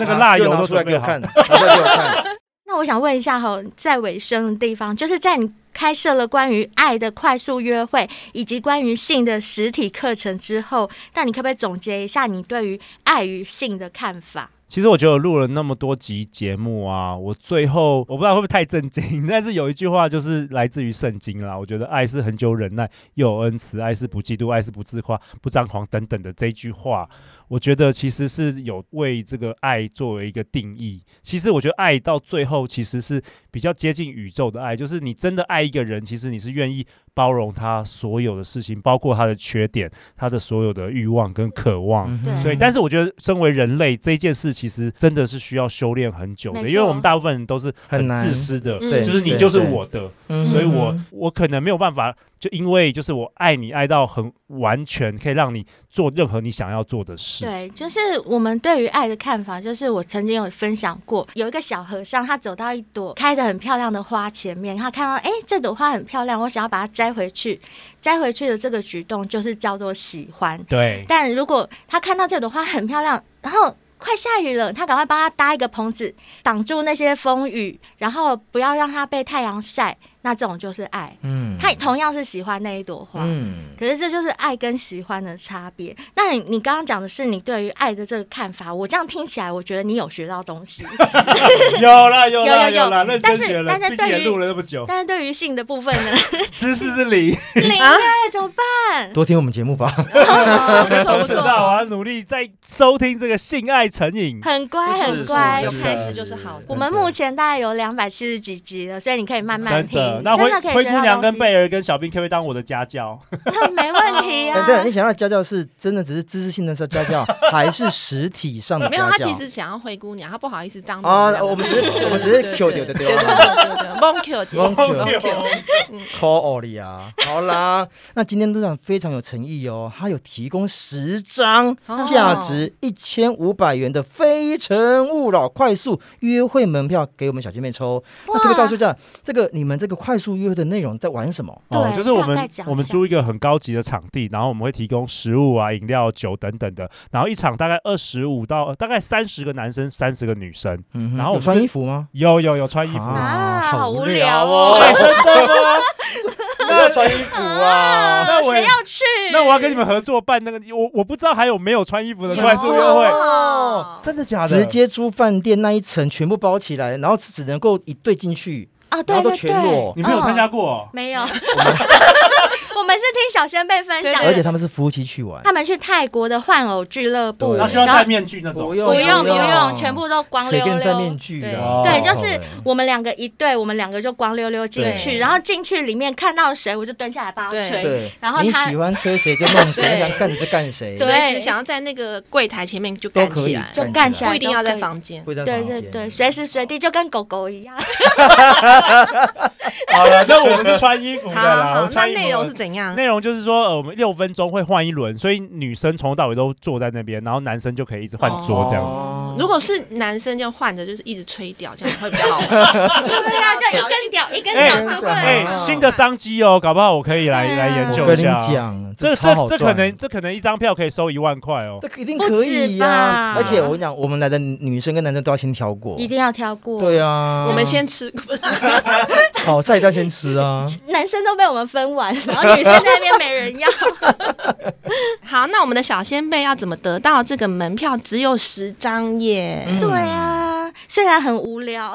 Speaker 5: 那个辣油
Speaker 3: 又拿
Speaker 5: 都
Speaker 3: 出来
Speaker 5: 准
Speaker 3: 给
Speaker 5: 备
Speaker 3: 我
Speaker 5: 好
Speaker 3: 看，
Speaker 5: 了。
Speaker 3: 拿出来给我 [LAUGHS] 看。
Speaker 2: 那我想问一下哈，在尾声的地方，就是在你开设了关于爱的快速约会以及关于性的实体课程之后，那你可不可以总结一下你对于爱与性的看法？
Speaker 5: 其实我觉得我录了那么多集节目啊，我最后我不知道会不会太震惊，但是有一句话就是来自于圣经啦，我觉得爱是恒久忍耐，又有恩慈，爱是不嫉妒，爱是不自夸，不张狂等等的这一句话，我觉得其实是有为这个爱作为一个定义。其实我觉得爱到最后其实是比较接近宇宙的爱，就是你真的爱一个人，其实你是愿意包容他所有的事情，包括他的缺点，他的所有的欲望跟渴望。
Speaker 2: 对
Speaker 5: 所以，但是我觉得，身为人类这件事，其实真的是需要修炼很久的，
Speaker 2: 没错嗯
Speaker 5: 因为我们大部分人都是
Speaker 3: 很难
Speaker 5: 自私的，
Speaker 4: 对
Speaker 5: 就是你
Speaker 3: 对
Speaker 5: 就是
Speaker 3: 对
Speaker 5: 我的，
Speaker 3: 嗯
Speaker 5: 所以我我可能没有办法，就因为就是我爱你爱到很完全，可以让你做任何你想要做的事。
Speaker 2: 对，就是我们对于爱的看法，就是我曾经有分享过，有一个小和尚，他走到一朵开得很漂亮的花前面，他看到哎这朵花很漂亮，我想要把它摘回去，摘回去的这个举动就是叫做喜欢。
Speaker 5: 对
Speaker 2: 但如果他看到这朵花很漂亮，然后快下雨了，他赶快帮它搭一个棚子，挡住那些风雨，然后不要让它被太阳晒，那这种就是爱。
Speaker 3: 嗯
Speaker 2: 他同样是喜欢那一朵花。
Speaker 3: 嗯，
Speaker 2: 可是这就是爱跟喜欢的差别。那你你刚刚讲的是你对于爱的这个看法，我这样听起来，我觉得你有学到东西。
Speaker 5: 有啦有
Speaker 2: 啦
Speaker 5: 啦
Speaker 2: 有有有啦
Speaker 5: 啦，认
Speaker 2: 认真
Speaker 5: 真
Speaker 2: 但是
Speaker 5: 学
Speaker 2: 学
Speaker 5: 了
Speaker 2: 了，但是
Speaker 5: 毕竟
Speaker 2: 对于毕竟
Speaker 5: 也
Speaker 2: 也
Speaker 5: 录
Speaker 2: 录
Speaker 5: 了那么久，
Speaker 2: 但是对于性的部分呢，
Speaker 5: 知识
Speaker 2: [LAUGHS]
Speaker 5: 是零，
Speaker 2: 零
Speaker 4: 啊
Speaker 2: 哎怎么办？
Speaker 3: 多听我们节目吧。
Speaker 4: 哦不错
Speaker 5: 我
Speaker 4: 不
Speaker 5: [LAUGHS] 知道，啊我
Speaker 4: 错，
Speaker 5: 要努力在收听这个性爱成瘾。
Speaker 2: 很乖，
Speaker 3: 是
Speaker 2: 很
Speaker 3: 是
Speaker 2: 哎乖
Speaker 3: 是
Speaker 4: 有。开始就是好的
Speaker 2: 我们目前大概有两百七十几集了，所以你可以慢慢
Speaker 5: 真
Speaker 2: 听，
Speaker 5: 的，
Speaker 2: 真
Speaker 5: 那灰
Speaker 2: 的可以
Speaker 5: 灰
Speaker 2: 学
Speaker 5: 姑
Speaker 2: 到
Speaker 5: 娘
Speaker 2: 东
Speaker 5: 跟
Speaker 2: 西。
Speaker 5: 贝儿跟小兵可不可以当我的家教？
Speaker 2: 没问题啊。
Speaker 3: 等等，你想要的家教是真的只是知识性的家教，还是实体上的
Speaker 4: [LAUGHS] 没有
Speaker 3: 家
Speaker 4: 他
Speaker 3: 教
Speaker 4: 其？实想要灰姑娘，他不好意思当
Speaker 3: 啊，我们只是我们只是 Q 丢
Speaker 4: 丢
Speaker 3: 的丢
Speaker 4: 对对对蒙 Q 姐，
Speaker 3: 蒙 Q
Speaker 4: 蒙 Q，
Speaker 3: ，call 里啊。好啦，那今天陆长非常有诚意哦，他有提供十张
Speaker 4: 哦
Speaker 3: 价值一千五百元的非诚勿扰快速约会门票给我们小姐妹抽。那可不可以告诉一下，这个你们这个快速约会的内容在玩什么？
Speaker 5: 哦，
Speaker 2: 对
Speaker 5: 就是我
Speaker 2: 大概
Speaker 5: 们
Speaker 2: 讲一
Speaker 5: 我们
Speaker 2: 下
Speaker 5: 租一个很高级的场地，然后我们会提供食物啊、饮料、酒等等的，然后一场大概二十五到呃大概三十个男生，三十个女生，
Speaker 3: 嗯哼
Speaker 5: 然后我
Speaker 3: 有
Speaker 5: 们
Speaker 3: 穿
Speaker 5: 是
Speaker 3: 衣服
Speaker 5: [LAUGHS]
Speaker 3: 吗？
Speaker 5: 有有有穿衣服，
Speaker 2: 啊好无
Speaker 3: 聊
Speaker 2: 聊哦
Speaker 5: 哎真的 [LAUGHS] 吗？
Speaker 3: 要穿衣服啊！
Speaker 5: 那我也
Speaker 2: 谁要去？
Speaker 5: 那我要跟你们合作办那个，我我不知道还有没有穿衣服的快速约
Speaker 2: 有
Speaker 5: 会，
Speaker 4: 哦，
Speaker 5: 真的假的？
Speaker 3: 直接租饭店那一层全部包起来，然后只能够一对进去，
Speaker 2: 啊，
Speaker 3: 然
Speaker 2: 对
Speaker 3: 后
Speaker 2: 对
Speaker 3: 都全
Speaker 2: 对
Speaker 3: 裸，
Speaker 5: 哦你没有参加过？
Speaker 2: 没有， [LAUGHS] 我们是听小仙贝分享
Speaker 3: 而且
Speaker 2: 的，
Speaker 3: 他们是夫妻去玩，
Speaker 2: 他们去泰国的换偶俱乐部，
Speaker 3: 对
Speaker 5: 然后需要戴面具那种，
Speaker 2: 不用
Speaker 3: 不
Speaker 2: 不用，全部都光
Speaker 3: 谁
Speaker 2: 溜
Speaker 3: 跟你戴
Speaker 2: 溜
Speaker 3: 面。具
Speaker 4: 对
Speaker 2: 哦
Speaker 3: 啊？
Speaker 5: 哦
Speaker 2: 对，就
Speaker 3: 好
Speaker 2: 是
Speaker 3: 欸
Speaker 2: 我们两个一对，我们两个就光溜溜进去，
Speaker 4: 对
Speaker 2: 然后进去里面看到谁，我就蹲下来帮他
Speaker 4: 对
Speaker 2: 吹。
Speaker 3: 对，
Speaker 2: 然后
Speaker 3: 你
Speaker 2: 他
Speaker 3: 喜欢吹谁就弄
Speaker 2: [LAUGHS]
Speaker 3: 谁，
Speaker 4: 对
Speaker 3: 想干你就干谁，
Speaker 2: 对
Speaker 4: 随时想要在那个柜台前面就
Speaker 3: 都
Speaker 4: 干
Speaker 3: 可
Speaker 4: 起
Speaker 3: 以
Speaker 4: 来，
Speaker 2: 就干起来
Speaker 4: 不一定要在房间。
Speaker 3: 不一定要
Speaker 2: 对
Speaker 3: 房
Speaker 2: 对
Speaker 3: 间
Speaker 2: 对，随时随地就跟狗狗一样。
Speaker 5: 好了，那我们是穿衣服的
Speaker 4: 好
Speaker 5: 啦。
Speaker 4: 好，
Speaker 5: 我们
Speaker 4: 那
Speaker 5: 穿衣服的
Speaker 4: 内容是怎样？
Speaker 5: 内容就是说，呃，我们六分钟会换一轮，所以女生从头到尾都坐在那边，然后男生就可以一直换桌这样子。
Speaker 3: 哦
Speaker 4: 如果是男生就换着，就是一直吹掉，这样会比较
Speaker 3: [LAUGHS]
Speaker 4: 好玩。
Speaker 2: [LAUGHS] 对啊，就一根屌一根
Speaker 5: 哎
Speaker 2: 屌丢过
Speaker 5: 哎、
Speaker 2: 来。
Speaker 3: 哦
Speaker 5: 新的商机哦，搞不好我可以来、
Speaker 2: 对啊
Speaker 5: 来研
Speaker 3: 我
Speaker 5: 究
Speaker 3: 跟
Speaker 5: 一
Speaker 3: 你
Speaker 5: 下。
Speaker 3: 讲，
Speaker 5: 这
Speaker 3: 超好
Speaker 5: 这可
Speaker 3: 赚
Speaker 5: 能这可能一张票可以收一万块哦。 [LAUGHS]
Speaker 3: 这一定
Speaker 2: 不
Speaker 3: 可
Speaker 2: 止
Speaker 3: 以呀！
Speaker 2: 吧
Speaker 3: 而且我跟你讲，我们来的女生跟男生都要先挑过
Speaker 2: 一，定要挑过。
Speaker 3: 对啊，
Speaker 4: 我们先吃，不是
Speaker 3: 好菜一定要先
Speaker 2: [LAUGHS]
Speaker 3: 吃啊。
Speaker 2: 男生都被我们分完，然后女生在那边没人要。
Speaker 4: 好，那我们的小先辈要怎么得到这个门票？只有十张耶！
Speaker 2: 对啊，虽然很无聊，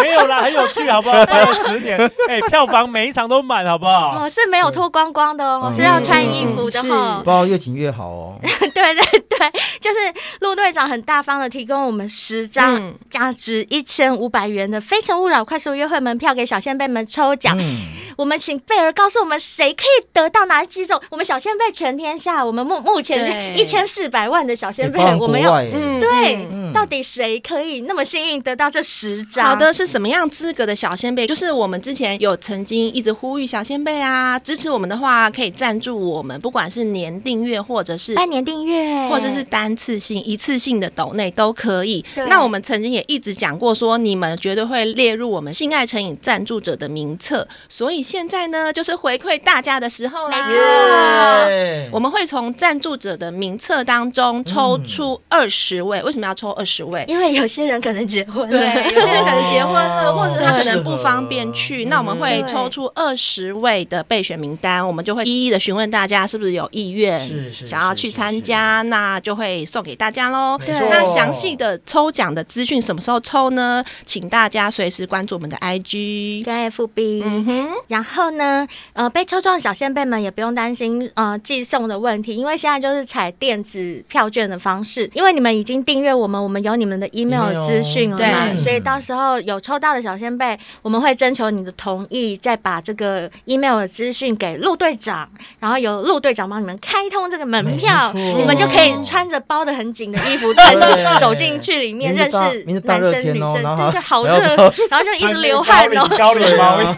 Speaker 5: 没有啦，很有趣，好不好？办到十年，哎、票房每一场都满，好不好？
Speaker 2: 哦， [LAUGHS] 是没有脱光光的哦，
Speaker 3: 嗯
Speaker 2: 是要穿衣服的哦。
Speaker 3: 包越紧越好哦。
Speaker 2: [LAUGHS] 对对对，就是陆队长很大方的提供我们十张
Speaker 4: 嗯
Speaker 2: 价值一千五百元的《非诚勿扰》快速约会门票给小先辈们抽奖。
Speaker 3: 嗯，
Speaker 2: 我们请贝儿告诉我们谁可以得到哪几种？我们小先辈全天下，我们目目前一
Speaker 4: 对
Speaker 2: 千四百万的小先
Speaker 3: 也
Speaker 2: 辈
Speaker 3: 哎包含，
Speaker 2: 我
Speaker 3: 国
Speaker 2: 们要
Speaker 3: 外耶，
Speaker 2: 对，
Speaker 3: 嗯
Speaker 2: 到底谁可以那么幸运得到这十张？
Speaker 4: 好的，是什么样资格的小先辈？就是我们之前有曾经一直呼吁小先辈啊，支持我们的话可以赞助我们，不管是年订阅或者是
Speaker 2: 半年订阅，
Speaker 4: 或者是单次性、一次性的抖内都可以
Speaker 2: 对。
Speaker 4: 那我们曾经也一直讲过说，你们绝对会列入我们性爱成瘾赞助者的名册。所以现在呢，就是回馈大家的时候
Speaker 2: 没错
Speaker 4: 啦。
Speaker 3: 耶
Speaker 4: 我们会从赞助者的名册当中抽出二十位。为什么要抽二十位？
Speaker 2: 因为有些人可能结婚了，
Speaker 4: 对，有些人可能结婚了，
Speaker 3: 哦
Speaker 4: 或者他可能
Speaker 3: 不适合
Speaker 4: 不方便去，那我们会
Speaker 2: 嗯
Speaker 4: 抽出二十位的备选名单，我们就会一一的询问大家是不是有意愿
Speaker 3: 是是
Speaker 4: 想要去参加，那就会送给大家喽。
Speaker 3: 没
Speaker 2: 对
Speaker 3: 错
Speaker 4: 那详细的抽奖的资讯什么时候抽呢？请大家随时关注我们的 IG。
Speaker 2: 跟 FB，、
Speaker 4: 嗯哼，
Speaker 2: 然后呢，呃，被抽中的小先辈们也不用担心呃寄送的问题，因为现在就是采电子票券的方式，因为你们已经订阅我们，我们有你们的 email
Speaker 3: email
Speaker 2: 资讯了嘛，
Speaker 4: 对
Speaker 2: 所以到时候有抽到的小先辈，我们会征求你的同意，再把这个 email 的资讯给陆队长，然后由陆队长帮你们开通这个门票，
Speaker 3: 没错
Speaker 2: 你们就可以穿着包的很紧的衣服，穿
Speaker 3: [LAUGHS] 对
Speaker 2: 走进去里面
Speaker 3: 明
Speaker 2: 认
Speaker 3: 天大
Speaker 2: 识
Speaker 3: 明天大
Speaker 2: 男
Speaker 3: 热
Speaker 2: 生
Speaker 3: 天
Speaker 2: 女
Speaker 3: 哦
Speaker 2: 生，
Speaker 3: 然
Speaker 2: 真
Speaker 3: 后
Speaker 2: 是
Speaker 3: [LAUGHS]
Speaker 2: 好
Speaker 3: 然后
Speaker 2: 热，然后就一直流汗
Speaker 5: 高
Speaker 2: 哦
Speaker 5: 领，高领毛衣，
Speaker 3: 啊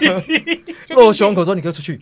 Speaker 2: 就进
Speaker 3: 露
Speaker 2: 去
Speaker 3: 胸口说你给我出去，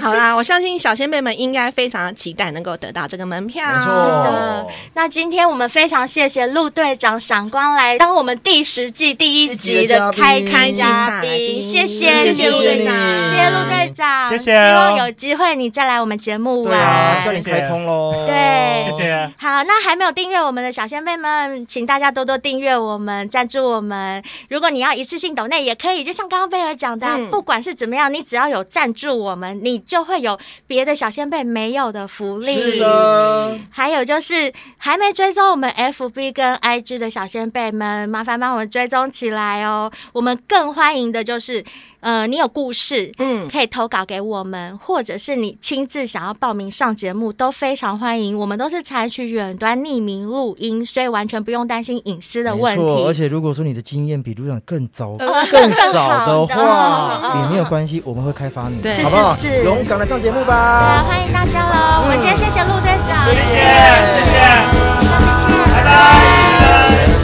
Speaker 4: 好啦，我相信小先辈们应该非常期待能够得到这个门票。
Speaker 3: 没错
Speaker 2: 的那今天我们非常谢谢陆队长赏光来当我们第十季第一集的开开
Speaker 4: 开心
Speaker 2: 嘉
Speaker 4: 大来
Speaker 2: 宾，
Speaker 4: 宾，
Speaker 2: 谢谢
Speaker 4: 谢
Speaker 2: 你
Speaker 4: 谢陆队长，
Speaker 2: 谢谢陆队长，
Speaker 5: 谢谢
Speaker 2: 希望
Speaker 5: 哦
Speaker 2: 有机会你再来我们节目
Speaker 3: 对啊，
Speaker 2: 玩
Speaker 3: 叫。你开通喽，
Speaker 2: 对
Speaker 5: 谢谢。
Speaker 2: 好，那还没有订阅我们的小先辈们，请大家多多订阅我们，赞助我们。如果你要一次性抖内也可以，就像刚刚贝尔讲的啊、
Speaker 4: 嗯
Speaker 2: 不管是怎么样，你只要有赞助我们，你就会有别的小先辈没有的福利。
Speaker 3: 是的，
Speaker 2: 还有就是还没追踪我们 FB 跟 IG 的小先辈们，麻烦帮我们追踪起来哦。我们更欢迎的就是，呃，你有故事。
Speaker 4: 嗯，
Speaker 2: 可以投稿给我们，或者是你亲自想要报名上节目，都非常欢迎。我们都是采取远端匿名录音，所以完全不用担心隐私的
Speaker 3: 没
Speaker 2: 问
Speaker 3: 错。而
Speaker 2: 题。
Speaker 3: 且如果说你的经验比陆长更糟、
Speaker 4: 呃
Speaker 3: 更少
Speaker 2: 更好的
Speaker 3: 的话，也没有关系，我们会开发你，
Speaker 4: 对
Speaker 3: 好不好？
Speaker 2: 是是是
Speaker 3: 勇敢来上节目
Speaker 2: 好
Speaker 3: 吧
Speaker 2: 啊，。欢迎大家喽！我们今天谢谢陆队长，
Speaker 5: 谢谢，谢谢，拜拜。